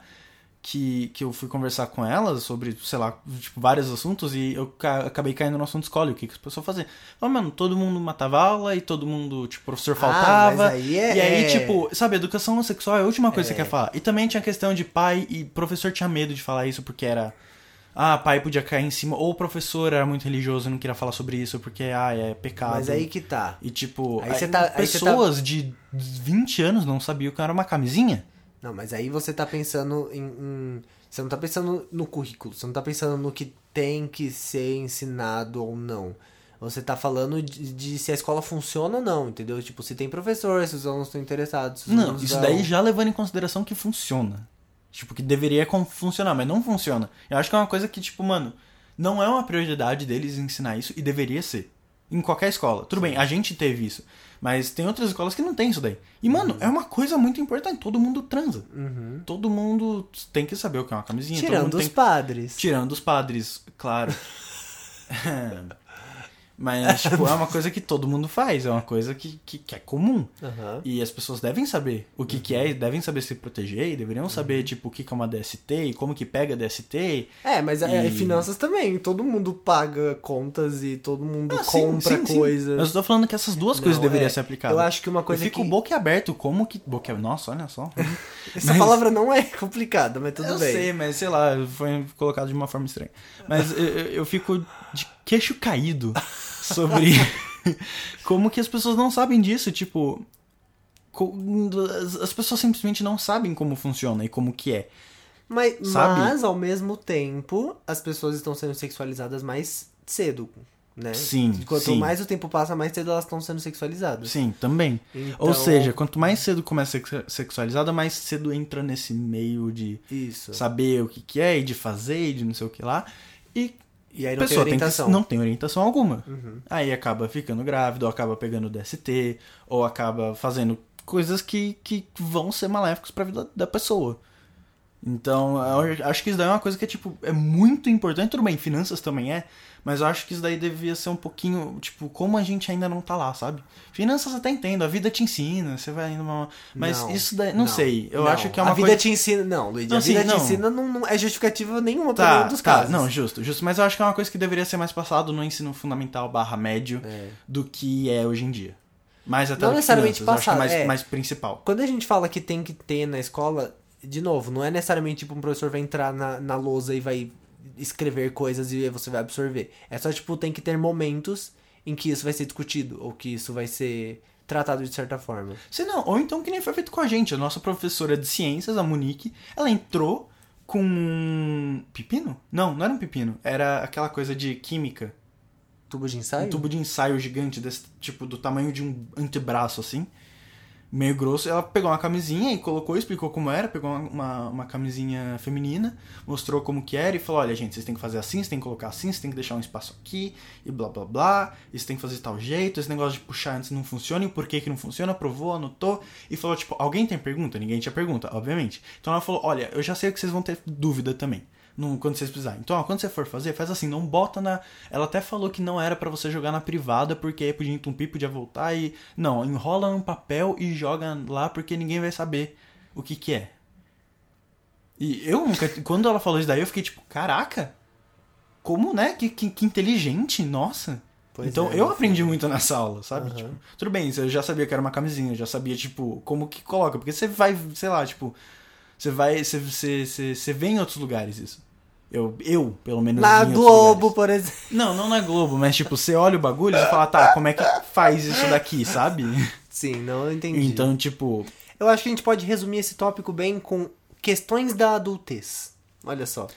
S1: que, que eu fui conversar com elas sobre, sei lá, tipo, vários assuntos e eu ca- acabei caindo no assunto escola. E o que, que as pessoas faziam? Ah, mano, todo mundo matava aula e todo mundo, tipo, o professor faltava.
S2: Ah, mas aí é...
S1: E aí,
S2: é-
S1: tipo, sabe, educação sexual é a última coisa que você
S2: É.
S1: quer falar. E também tinha a questão de pai e professor tinha medo de falar isso porque era. Ah, pai podia cair em cima. Ou o professor era muito religioso e não queria falar sobre isso porque, ah, é pecado.
S2: Mas aí que tá.
S1: E tipo,
S2: Aí você tá- aí você tá-
S1: pessoas de 20 anos não sabiam o que era uma camisinha?
S2: Não, mas aí você tá pensando em, em- Você não tá pensando no currículo. Você não tá pensando no que tem que ser ensinado ou não. Você tá falando de, de se a escola funciona ou não, entendeu? Tipo, se tem professor, se os alunos estão interessados. se os
S1: Não,
S2: alunos
S1: isso
S2: vão-
S1: daí já levando em consideração que funciona. Tipo, que deveria con- funcionar, mas não funciona. Eu acho que é uma coisa que, tipo, mano, não é uma prioridade deles ensinar isso e deveria ser. Em qualquer escola. Tudo bem, a gente teve isso. Mas tem outras escolas que não tem isso daí. E, mano, é uma coisa muito importante. Todo mundo transa.
S2: Uhum.
S1: Todo mundo tem que saber o que é uma camisinha. todo
S2: Tirando
S1: mundo
S2: os
S1: tem que-
S2: padres.
S1: Tirando os padres, claro. (laughs) Mas, tipo, é uma coisa que todo mundo faz, é uma coisa que, que, que é comum.
S2: Aham.
S1: E as pessoas devem saber o que, que é,
S2: Uhum.
S1: e devem saber se proteger, e deveriam saber, tipo, o que, que é uma DST, e como que pega DST. e-
S2: É, mas é,
S1: E-
S2: finanças também. Todo mundo paga contas e todo mundo
S1: Ah, sim,
S2: compra
S1: sim, sim.
S2: coisas.
S1: Eu só tô falando que essas duas
S2: Não,
S1: coisas deveriam
S2: é,
S1: ser aplicadas.
S2: Eu acho que uma
S1: Eu
S2: coisa
S1: fico
S2: que...
S1: boquiaberto, como que. Boquia... Nossa, olha só.
S2: Essa palavra não é (laughs) complicada, mas (laughs) tudo
S1: eu
S2: bem.
S1: sei, mas sei lá, foi colocado de uma forma estranha. Mas eu, eu- eu fico de queixo caído
S2: (laughs)
S1: sobre como que as pessoas não sabem disso, tipo. co- as- As pessoas simplesmente não sabem como funciona e como que é.
S2: Mas,
S1: Sabe?
S2: mas, ao mesmo tempo, as pessoas estão sendo sexualizadas mais cedo, né?
S1: Sim,
S2: Quanto
S1: sim.
S2: mais o tempo passa, mais cedo elas estão sendo sexualizadas.
S1: Sim, também.
S2: Então,
S1: Ou seja, quanto mais cedo começa a ser sexualizada, mais cedo entra nesse meio de
S2: Isso.
S1: saber o que, que é e de fazer e de não sei o que lá. E
S2: E aí
S1: a
S2: não
S1: pessoa
S2: tem
S1: tem que-
S2: orientação.
S1: não tem orientação alguma.
S2: Uhum.
S1: Aí acaba ficando grávida, ou acaba pegando DST, ou acaba fazendo coisas que, que vão ser maléficos pra vida da pessoa. Então, eu acho que isso daí é uma coisa que é, tipo, é muito importante. Tudo bem, finanças também é, mas eu acho que isso daí devia ser um pouquinho, tipo, como a gente ainda não tá lá, sabe? Finanças eu até entendo, a vida te ensina, você vai indo uma... Mas
S2: Não,
S1: isso daí, não, sei, eu
S2: não.
S1: acho que é uma
S2: A vida
S1: coisa...
S2: te ensina... Não, Luigi,
S1: Não,
S2: a vida
S1: sim,
S2: te
S1: não.
S2: ensina não, não é justificativa nenhuma pra
S1: Tá,
S2: nenhum dos
S1: tá,
S2: casos.
S1: não, justo, justo. Mas eu acho que é uma coisa que deveria ser mais passado no ensino fundamental barra médio
S2: É.
S1: do que é hoje em dia. Mas até
S2: Não
S1: do que
S2: necessariamente
S1: finanças, eu acho que é
S2: passado,
S1: mais,
S2: é.
S1: mais principal.
S2: Quando a gente fala que tem que ter na escola, de novo, não é necessariamente tipo um professor vai entrar na, na lousa e vai escrever coisas e você vai absorver. É só, tipo, tem que ter momentos em que isso vai ser discutido ou que isso vai ser tratado de certa forma.
S1: Se não, ou então que nem foi feito com a gente. A nossa professora de ciências, a Monique, ela entrou com um pepino? Não, não era um pepino. Era aquela coisa de química.
S2: Tubo de
S1: Um
S2: ensaio?
S1: tubo de ensaio gigante, desse, tipo, do tamanho de um antebraço, assim. Meio grosso. Ela pegou uma camisinha e colocou, explicou como era. Pegou uma, uma, uma camisinha feminina, mostrou como que era e falou, olha, gente, vocês têm que fazer assim, vocês têm que colocar assim, vocês têm que deixar um espaço aqui e blá, blá, blá. E vocês têm que fazer de tal jeito. Esse negócio de puxar antes não funciona. E por que que não funciona? Aprovou, anotou. E falou, tipo, alguém tem pergunta? Ninguém tinha pergunta, obviamente. Então ela falou, olha, eu já sei que vocês vão ter dúvida também. no- quando vocês precisarem. Então, ó, quando você for fazer, faz assim, não bota na. Ela até falou que não era pra você jogar na privada, porque aí podia entumpir, podia voltar e. Não, enrola num papel e joga lá, porque ninguém vai saber o que que é. E eu nunca. (laughs) Quando ela falou isso daí, eu fiquei tipo, caraca! Como, né? Que, que, que inteligente, nossa!
S2: Pois
S1: então
S2: é,
S1: eu
S2: meu
S1: aprendi muito nessa aula, sabe?
S2: Aham.
S1: Tipo, tudo bem, eu já sabia que era uma camisinha, eu já sabia, tipo, como que coloca. Porque você vai, sei lá, tipo. Você vai. Você, você, você, você vê em outros lugares isso. Eu, eu pelo menos.
S2: Na
S1: vi em outros
S2: Globo,
S1: lugares.
S2: por exemplo.
S1: Não, não na Globo, mas tipo, você olha o bagulho e fala, tá, como é que faz isso daqui, sabe?
S2: (laughs) Sim, não entendi.
S1: Então, tipo.
S2: Eu acho que a gente pode resumir esse tópico bem com questões da adultez. Olha só.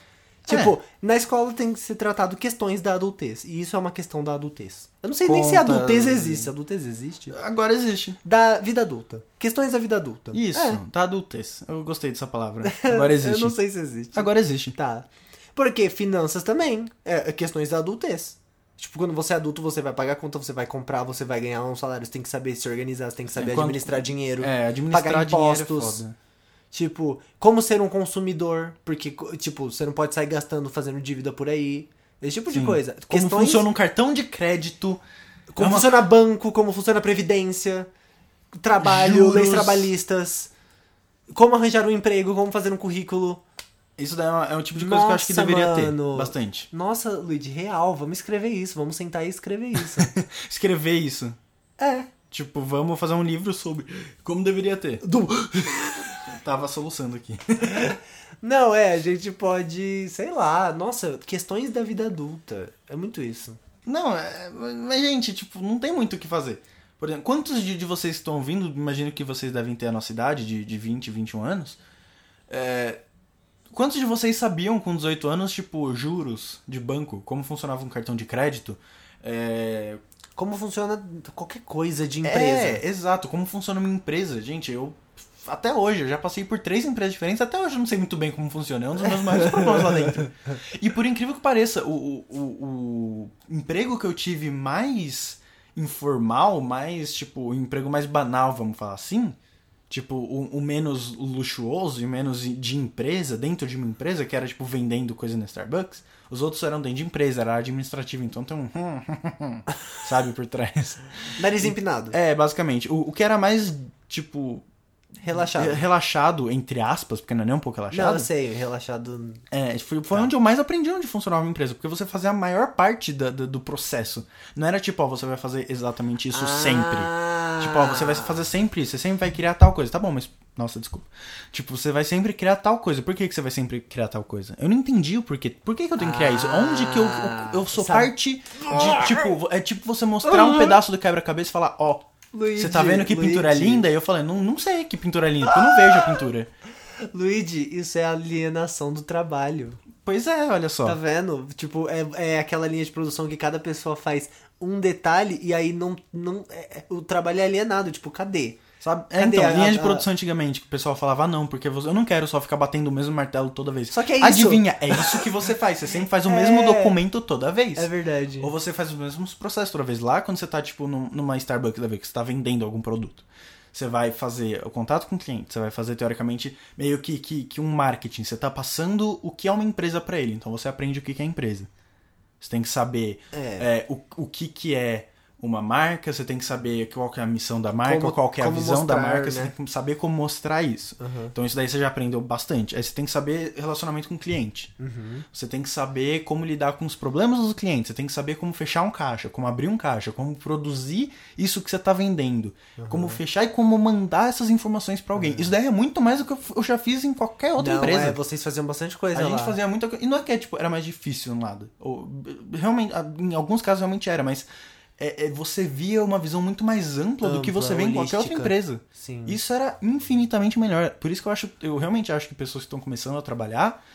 S1: É.
S2: Tipo, na escola tem que ser tratado questões da adultez. E isso é uma questão da adultez. Eu não sei nem se
S1: Contas.
S2: adultez existe. Adultez existe?
S1: Agora existe.
S2: Da vida adulta. Questões da vida adulta.
S1: Isso,
S2: É,
S1: da adultez. Eu gostei dessa
S2: (laughs)
S1: palavra. Agora existe.
S2: Eu não sei se existe.
S1: Agora existe.
S2: Tá. Porque finanças também. É, é questões da adultez. Tipo, quando você é adulto, você vai pagar conta, você vai comprar, você vai ganhar um salário, você tem que saber se organizar, você tem que saber
S1: Enquanto-
S2: administrar dinheiro.
S1: É, administrar
S2: Pagar
S1: dinheiro
S2: impostos.
S1: é foda.
S2: Tipo, como ser um consumidor, porque, co- tipo, você não pode sair gastando, fazendo dívida por aí. Esse tipo de
S1: Sim.
S2: coisa.
S1: Como
S2: Questões,
S1: funciona um cartão de crédito. é
S2: como
S1: uma-
S2: funciona banco, como funciona previdência, trabalho, leis
S1: Juros.
S2: trabalhistas, como arranjar um emprego, como fazer um currículo.
S1: Isso daí é uma- é um tipo de coisa que eu acho que
S2: Nossa,
S1: deveria
S2: mano.
S1: ter. Bastante.
S2: Nossa, Luigi, real, vamos escrever isso, vamos sentar e escrever
S1: (laughs)
S2: isso.
S1: Escrever isso.
S2: é.
S1: Tipo, vamos fazer um livro sobre como deveria ter.
S2: Du-
S1: Tava soluçando aqui.
S2: Não, é, a gente pode, sei lá, nossa, questões da vida adulta. É muito isso.
S1: (laughs) Não, é, mas gente, tipo, não tem muito o que fazer. Por exemplo, quantos de, de vocês que estão ouvindo, imagino que vocês devem ter a nossa idade, de, de 20, 21 anos. é, quantos de vocês sabiam com 18 anos, tipo, juros de banco, como funcionava um cartão de crédito? É,
S2: Como funciona qualquer coisa de empresa.
S1: É, exato. Como funciona uma empresa, gente? Eu até hoje, eu já passei por três empresas diferentes, até hoje eu não sei muito bem como funciona. É um dos meus
S2: (laughs)
S1: maiores problemas lá dentro. E por incrível que pareça, o, o, o- o emprego que eu tive mais informal, mais, tipo, o emprego mais banal, vamos falar assim, Tipo, o, o menos luxuoso e o menos de empresa, dentro de uma empresa, que era, tipo, vendendo coisa na Starbucks, os outros eram dentro de empresa, era administrativo, então tem um... (laughs) sabe, por trás.
S2: Nariz empinado.
S1: É, basicamente. O, o que era mais, tipo,
S2: Relaxado.
S1: eh, relaxado, entre aspas, porque não é nem um pouco
S2: Não, assim, tá. eu
S1: relaxado.
S2: sei, relaxado.
S1: É, foi, foi onde eu mais aprendi onde funcionava uma empresa, porque você fazia a maior parte da- da- do processo. Não era tipo, ó, você vai fazer exatamente isso sempre.
S2: Ah.
S1: Tipo, ó, você vai fazer sempre isso, você sempre vai criar tal coisa. Tá bom, mas. Nossa, desculpa. Tipo, você vai sempre criar tal coisa. Por que, que você vai sempre criar tal coisa? Eu não entendi o porquê. Por que, que eu tenho que criar isso? Onde que eu, eu, eu sou
S2: Sabe-
S1: parte de. Tipo, é tipo você mostrar um pedaço do quebra-cabeça e falar, ó,
S2: Luigi,
S1: você tá vendo que pintura é
S2: Luigi.
S1: linda? E eu falei, não, não sei que pintura é linda, porque eu não vejo a pintura.
S2: Luigi, isso é alienação do trabalho.
S1: Pois é, olha só.
S2: Tá vendo? Tipo, é, é aquela linha de produção que cada pessoa faz um detalhe e aí não. não é- é- o trabalho é alienado. Tipo, cadê?
S1: Sabe? É,
S2: Cadê
S1: então,
S2: a-
S1: linha de
S2: a-
S1: produção antigamente, que o pessoal falava, ah, não, porque você- eu não quero só ficar batendo o mesmo martelo toda vez.
S2: Só que é isso.
S1: Adivinha, é isso que você faz. Você sempre faz o mesmo
S2: É.
S1: documento toda vez.
S2: É verdade.
S1: Ou você faz os mesmos processos toda vez. Lá, quando você tá, tipo, num- numa Starbucks da vez, que você tá vendendo algum produto. Você vai fazer o contato com o cliente, você vai fazer, teoricamente, meio que, que, que um marketing. Você tá passando o que é uma empresa pra ele. Então você aprende o que, que é empresa. Você tem que saber é, o, o que, que é uma marca, você tem que saber qual que é a missão da marca,
S2: Como-
S1: qual que é a
S2: como
S1: visão da
S2: mostrar,
S1: marca,
S2: né?
S1: você tem que saber como mostrar isso.
S2: Aham.
S1: Então isso daí você já aprendeu bastante. Aí você tem que saber relacionamento com o cliente. Você tem que saber como lidar com os problemas dos clientes. Você tem que saber como fechar um caixa, como abrir um caixa, como produzir isso que você está vendendo, como fechar e como mandar essas informações para alguém. Isso daí é muito mais do que eu f- eu já fiz em qualquer outra
S2: não,
S1: empresa.
S2: é, vocês faziam bastante coisa
S1: A gente
S2: lá.
S1: fazia muita coisa. E não é que é, tipo, era mais difícil um lado. Ou, b- realmente, a- em alguns casos realmente era, mas é- é, você via uma visão muito mais ampla, do que
S2: Ampla,
S1: você vê em qualquer outra
S2: holística.
S1: empresa.
S2: Sim.
S1: Hum. Isso era infinitamente melhor. Por isso que eu acho, eu realmente acho que pessoas que estão começando a trabalhar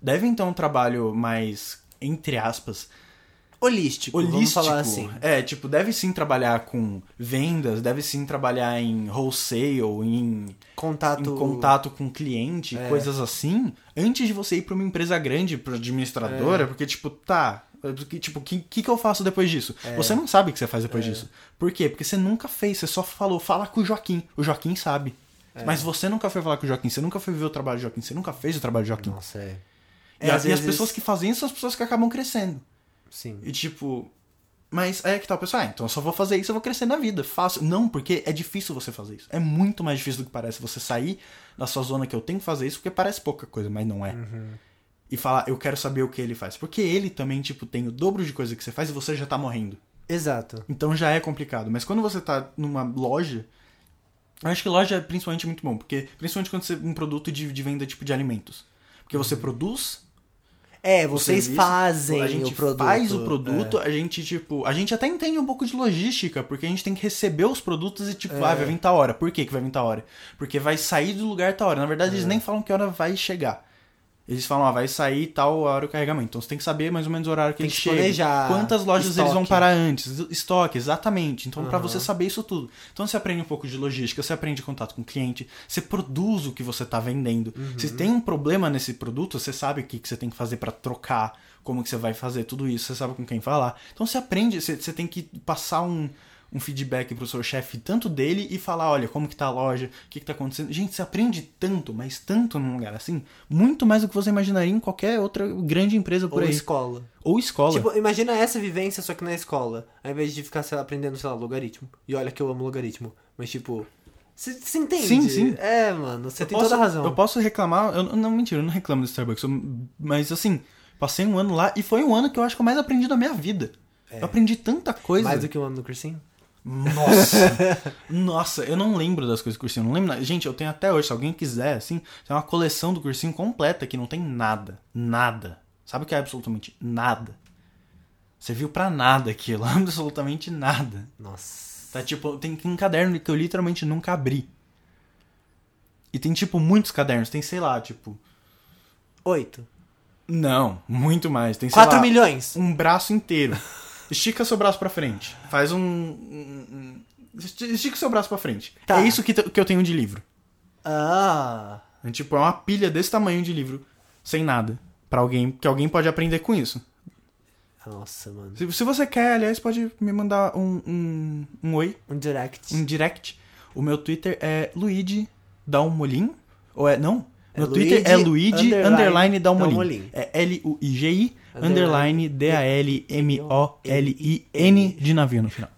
S1: devem ter um trabalho mais, entre aspas,
S2: Holístico,
S1: holístico.
S2: vamos falar assim.
S1: É, tipo, deve sim trabalhar com vendas, deve sim trabalhar em wholesale, em
S2: Contato. É.
S1: em contato com cliente, coisas assim, antes de você ir pra uma empresa grande, pra administradora,
S2: É.
S1: porque, tipo, tá. Porque, tipo, o que, que, que eu faço depois disso?
S2: É.
S1: Você não sabe o que você faz depois disso. Por quê? Porque você nunca fez, você só falou, fala com o Joaquim. O Joaquim sabe.
S2: É.
S1: Mas você nunca foi falar com o Joaquim, você nunca foi ver o trabalho do Joaquim, você nunca fez o trabalho do Joaquim.
S2: Nossa, é.
S1: E,
S2: É,
S1: as,
S2: às
S1: e as
S2: vezes-
S1: pessoas que fazem isso são as pessoas que acabam crescendo.
S2: Sim.
S1: E tipo. Mas aí é que tá o pessoal, ah, então eu só vou fazer isso, eu vou crescer na vida. Fácil. Não, porque é difícil você fazer isso. É muito mais difícil do que parece você sair da sua zona que eu tenho que fazer isso, porque parece pouca coisa, mas não é. E falar, eu quero saber o que ele faz. Porque ele também, tipo, tem o dobro de coisa que você faz e você já tá morrendo.
S2: Exato.
S1: Então já é complicado. Mas quando você tá numa loja. Eu acho que loja é principalmente muito bom, porque principalmente quando você um produto de, de venda tipo de alimentos. Porque você produz,
S2: É,
S1: o
S2: vocês
S1: serviço,
S2: fazem
S1: a gente
S2: o produto.
S1: faz o produto, a gente, tipo, a gente até entende um pouco de logística, porque a gente tem que receber os produtos e, tipo, ah,
S2: É.
S1: vai vir tal hora. Por que que vai vir tal hora? Porque vai sair do lugar tal hora. Na verdade,
S2: É.
S1: eles nem falam que hora vai chegar. Eles falam, ah, vai sair tal hora o carregamento. Então você tem que saber mais ou menos o horário que
S2: Tem
S1: ele
S2: que
S1: chega.
S2: planejar,
S1: Quantas lojas eles vão
S2: estoque.
S1: parar antes? Estoque, exatamente. Então, pra
S2: Aham.
S1: você saber isso tudo. Então você aprende um pouco de logística, você aprende contato com o cliente, você produz o que você tá vendendo.
S2: Uhum.
S1: Se tem um problema nesse produto, você sabe o que, que você tem que fazer pra trocar, como que você vai fazer tudo isso, você sabe com quem falar. Então você aprende, você, você tem que passar um. Um feedback pro seu chefe, tanto dele, e falar: olha, como que tá a loja, o que, que tá acontecendo. Gente, você aprende tanto, mas tanto num lugar assim, muito mais do que você imaginaria em qualquer outra grande empresa por
S2: É, Ou
S1: aí.
S2: escola.
S1: Ou escola.
S2: Tipo, imagina essa vivência só que na escola. Ao invés de ficar sei lá, aprendendo, sei lá, logaritmo. E olha que eu amo logaritmo. Mas, tipo, você entende?
S1: Sim, sim.
S2: É, mano, você
S1: Eu
S2: tem
S1: posso-
S2: toda a razão.
S1: Eu posso reclamar, eu, não, mentira, eu não reclamo do Starbucks, eu- mas assim, passei um ano lá e foi um ano que eu acho que eu mais aprendi da minha vida.
S2: É.
S1: Eu aprendi tanta coisa.
S2: Mais do que um ano no cursinho? (laughs)
S1: Nossa! Nossa, eu não lembro das coisas do cursinho, eu não lembro nada. Gente, eu tenho até hoje, se alguém quiser, assim, tem uma coleção do cursinho completa que não tem nada. Nada. Sabe o que é absolutamente nada? Serviu pra nada aquilo, (laughs) absolutamente nada.
S2: Nossa.
S1: Tá tipo, tem um caderno que eu literalmente nunca abri. E tem, tipo, muitos cadernos. Tem, sei lá, tipo.
S2: Oito.
S1: Não, muito mais. Tem, sei
S2: Quatro
S1: lá,
S2: milhões.
S1: um braço inteiro. Estica seu braço pra frente. Faz um. um- um- esti- Estica seu braço pra frente.
S2: Tá.
S1: É isso que, te- que eu tenho de livro.
S2: Ah.
S1: É, tipo, é uma pilha desse tamanho de livro, sem nada. Pra alguém. Que alguém pode aprender com isso.
S2: Nossa, mano.
S1: Se, se você quer, aliás, pode me mandar um, um, um oi,
S2: Um direct.
S1: um direct. O meu Twitter é Luigi Dalmolin? Ou é. Não?
S2: É
S1: No Twitter é
S2: Luigi,
S1: Luigi
S2: underline,
S1: underline Dalmolin.
S2: Dalmolin.
S1: É L-U-I-G-I underline
S2: Underline,
S1: D-A-L-M-O-L-I-N de navio no final.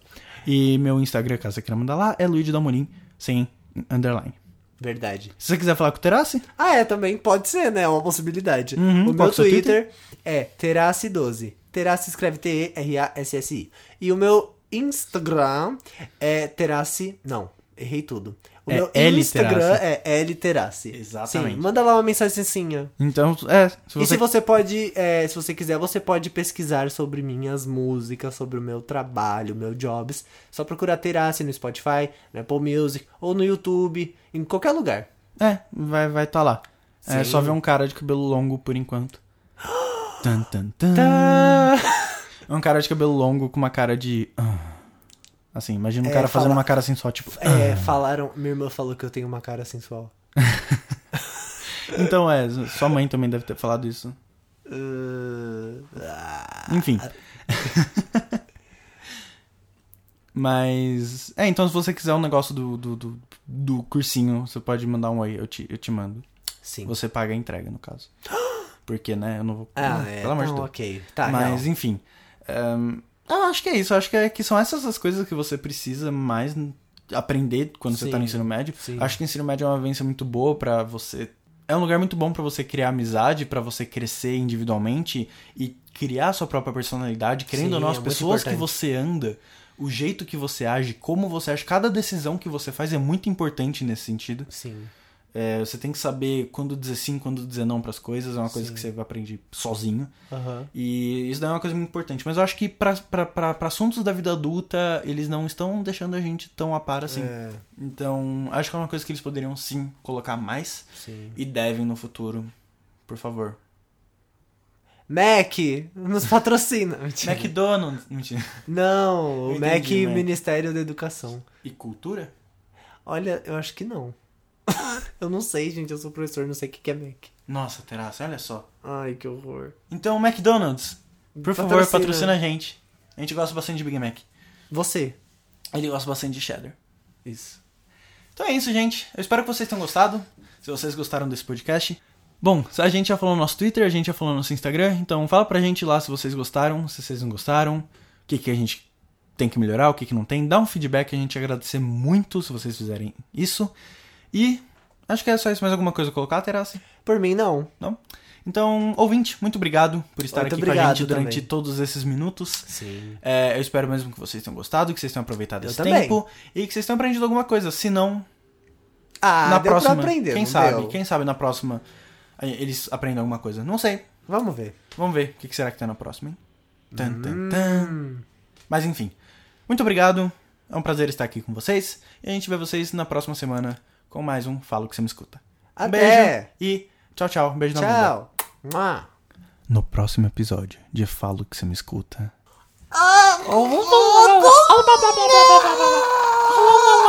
S1: E meu Instagram, caso você queira mandar lá, é Luigi Dalmolin sem underline.
S2: Verdade.
S1: Se você quiser falar com o Terassi,
S2: Ah, é, também pode ser, né? É uma possibilidade.
S1: Uhum, qual
S2: o meu
S1: que é o seu
S2: Twitter, é Terassi12. Terassi escreve T-E-R-A-S-S-I. E o meu Instagram é Terassi. Não, errei tudo. O
S1: É
S2: meu
S1: L
S2: Instagram
S1: Terassi.
S2: é L Terassi.
S1: Exatamente.
S2: Sim, manda lá uma mensagenzinha.
S1: então, é. Se
S2: E
S1: você
S2: se você pode, é, se você quiser, você pode pesquisar sobre minhas músicas, sobre o meu trabalho, meu jobs. Só procurar Terassi no Spotify, no Apple Music, ou no YouTube, em qualquer lugar.
S1: É, vai vai tá lá. É
S2: Sim.
S1: só ver um cara de cabelo longo por
S2: (gasps)
S1: enquanto. Tan, tan, tan.
S2: Tá.
S1: É um cara de cabelo longo com uma cara de. ah. Assim, imagina um
S2: É,
S1: cara fazendo
S2: fala-
S1: uma cara assim só, tipo.
S2: É, falaram. Minha irmã falou que eu tenho uma cara sensual.
S1: ah. Então é, sua mãe também deve ter falado isso.
S2: Uh, ah.
S1: Enfim. (laughs) Mas. É, então se você quiser um negócio do, do, do, do cursinho, você pode mandar um oi, eu te, eu te mando.
S2: Sim.
S1: Você paga a entrega, no
S2: (gasps)
S1: caso. Porque, né, eu não vou.
S2: Ah, é.
S1: Pelo amor de
S2: não,
S1: Deus.
S2: ok. Tá,
S1: Mas,
S2: não.
S1: enfim. Ahn, eu acho que é isso. Eu acho que, é- que são essas as coisas que você precisa mais n- aprender quando você
S2: Sim,
S1: tá no ensino médio.
S2: sim.
S1: Acho que o ensino médio é uma vivência muito boa pra você. É um lugar muito bom pra você criar amizade, pra você crescer individualmente e criar sua própria personalidade, querendo
S2: Sim,
S1: ou não,
S2: é
S1: as
S2: muito
S1: pessoas que
S2: importante.
S1: você anda, o jeito que você age, como você age, cada decisão que você faz é muito importante nesse sentido.
S2: Sim.
S1: É, você tem que saber quando dizer sim, quando dizer não pras coisas, é uma coisa
S2: Sim.
S1: que você aprende sozinho.
S2: Aham.
S1: E isso daí é uma coisa muito importante. Mas eu acho que pra, pra, pra, pra assuntos da vida adulta, eles não estão deixando a gente tão a par assim.
S2: É,
S1: Então, acho que é uma coisa que eles poderiam sim colocar mais
S2: sim.
S1: e devem no futuro. Por favor.
S2: Mac,
S1: (laughs)
S2: nos patrocina. Mentira.
S1: McDonald's. Mentira.
S2: Não,
S1: Eu
S2: o
S1: entendi,
S2: Mac
S1: Mac.
S2: Ministério da Educação.
S1: E cultura?
S2: Olha, eu acho que não. (laughs) eu não sei, gente. Eu sou professor, não sei o que que é Mac.
S1: Nossa, Terassa, olha só.
S2: Ai, que horror.
S1: Então, McDonald's, por favor,
S2: Patrocina.
S1: patrocina a gente. A gente gosta bastante de Big Mac.
S2: Você.
S1: Ele gosta bastante de cheddar.
S2: Isso.
S1: Então é isso, gente. Eu espero que vocês tenham gostado. Se vocês gostaram desse podcast. Bom, a gente já falou no nosso Twitter, a gente já falou no nosso Instagram. Então fala pra gente lá se vocês gostaram, se vocês não gostaram, o que, que a gente tem que melhorar, o que, que não tem. Dá um feedback, a gente agradecer muito se vocês fizerem isso. E acho que é só isso. Mais alguma coisa a colocar, Terassi?
S2: Por mim, não.
S1: Não? Então, ouvinte, muito obrigado por estar
S2: Muito
S1: aqui com a
S2: obrigado
S1: gente durante
S2: também.
S1: todos esses minutos.
S2: Sim.
S1: É, eu espero mesmo que vocês tenham gostado, que vocês tenham aproveitado
S2: Eu
S1: esse
S2: também.
S1: tempo e que vocês tenham aprendido alguma coisa. Se não,
S2: Ah,
S1: na
S2: deu
S1: próxima,
S2: pra aprender,
S1: quem
S2: não
S1: sabe,
S2: deu?
S1: quem sabe na próxima eh, eles aprendem alguma coisa. Não sei.
S2: Vamos ver.
S1: Vamos ver o que que será que tem na próxima, hein? Tan,
S2: Hum.
S1: tan, tan. Mas enfim. Muito obrigado. É um prazer estar aqui com vocês. E a gente vê vocês na próxima semana com mais um Falo que você me escuta. Um
S2: Até!
S1: beijo e tchau, tchau. Um beijo na bunda.
S2: Tchau. Mua.
S1: No próximo episódio de Falo que você me escuta.
S2: Oh,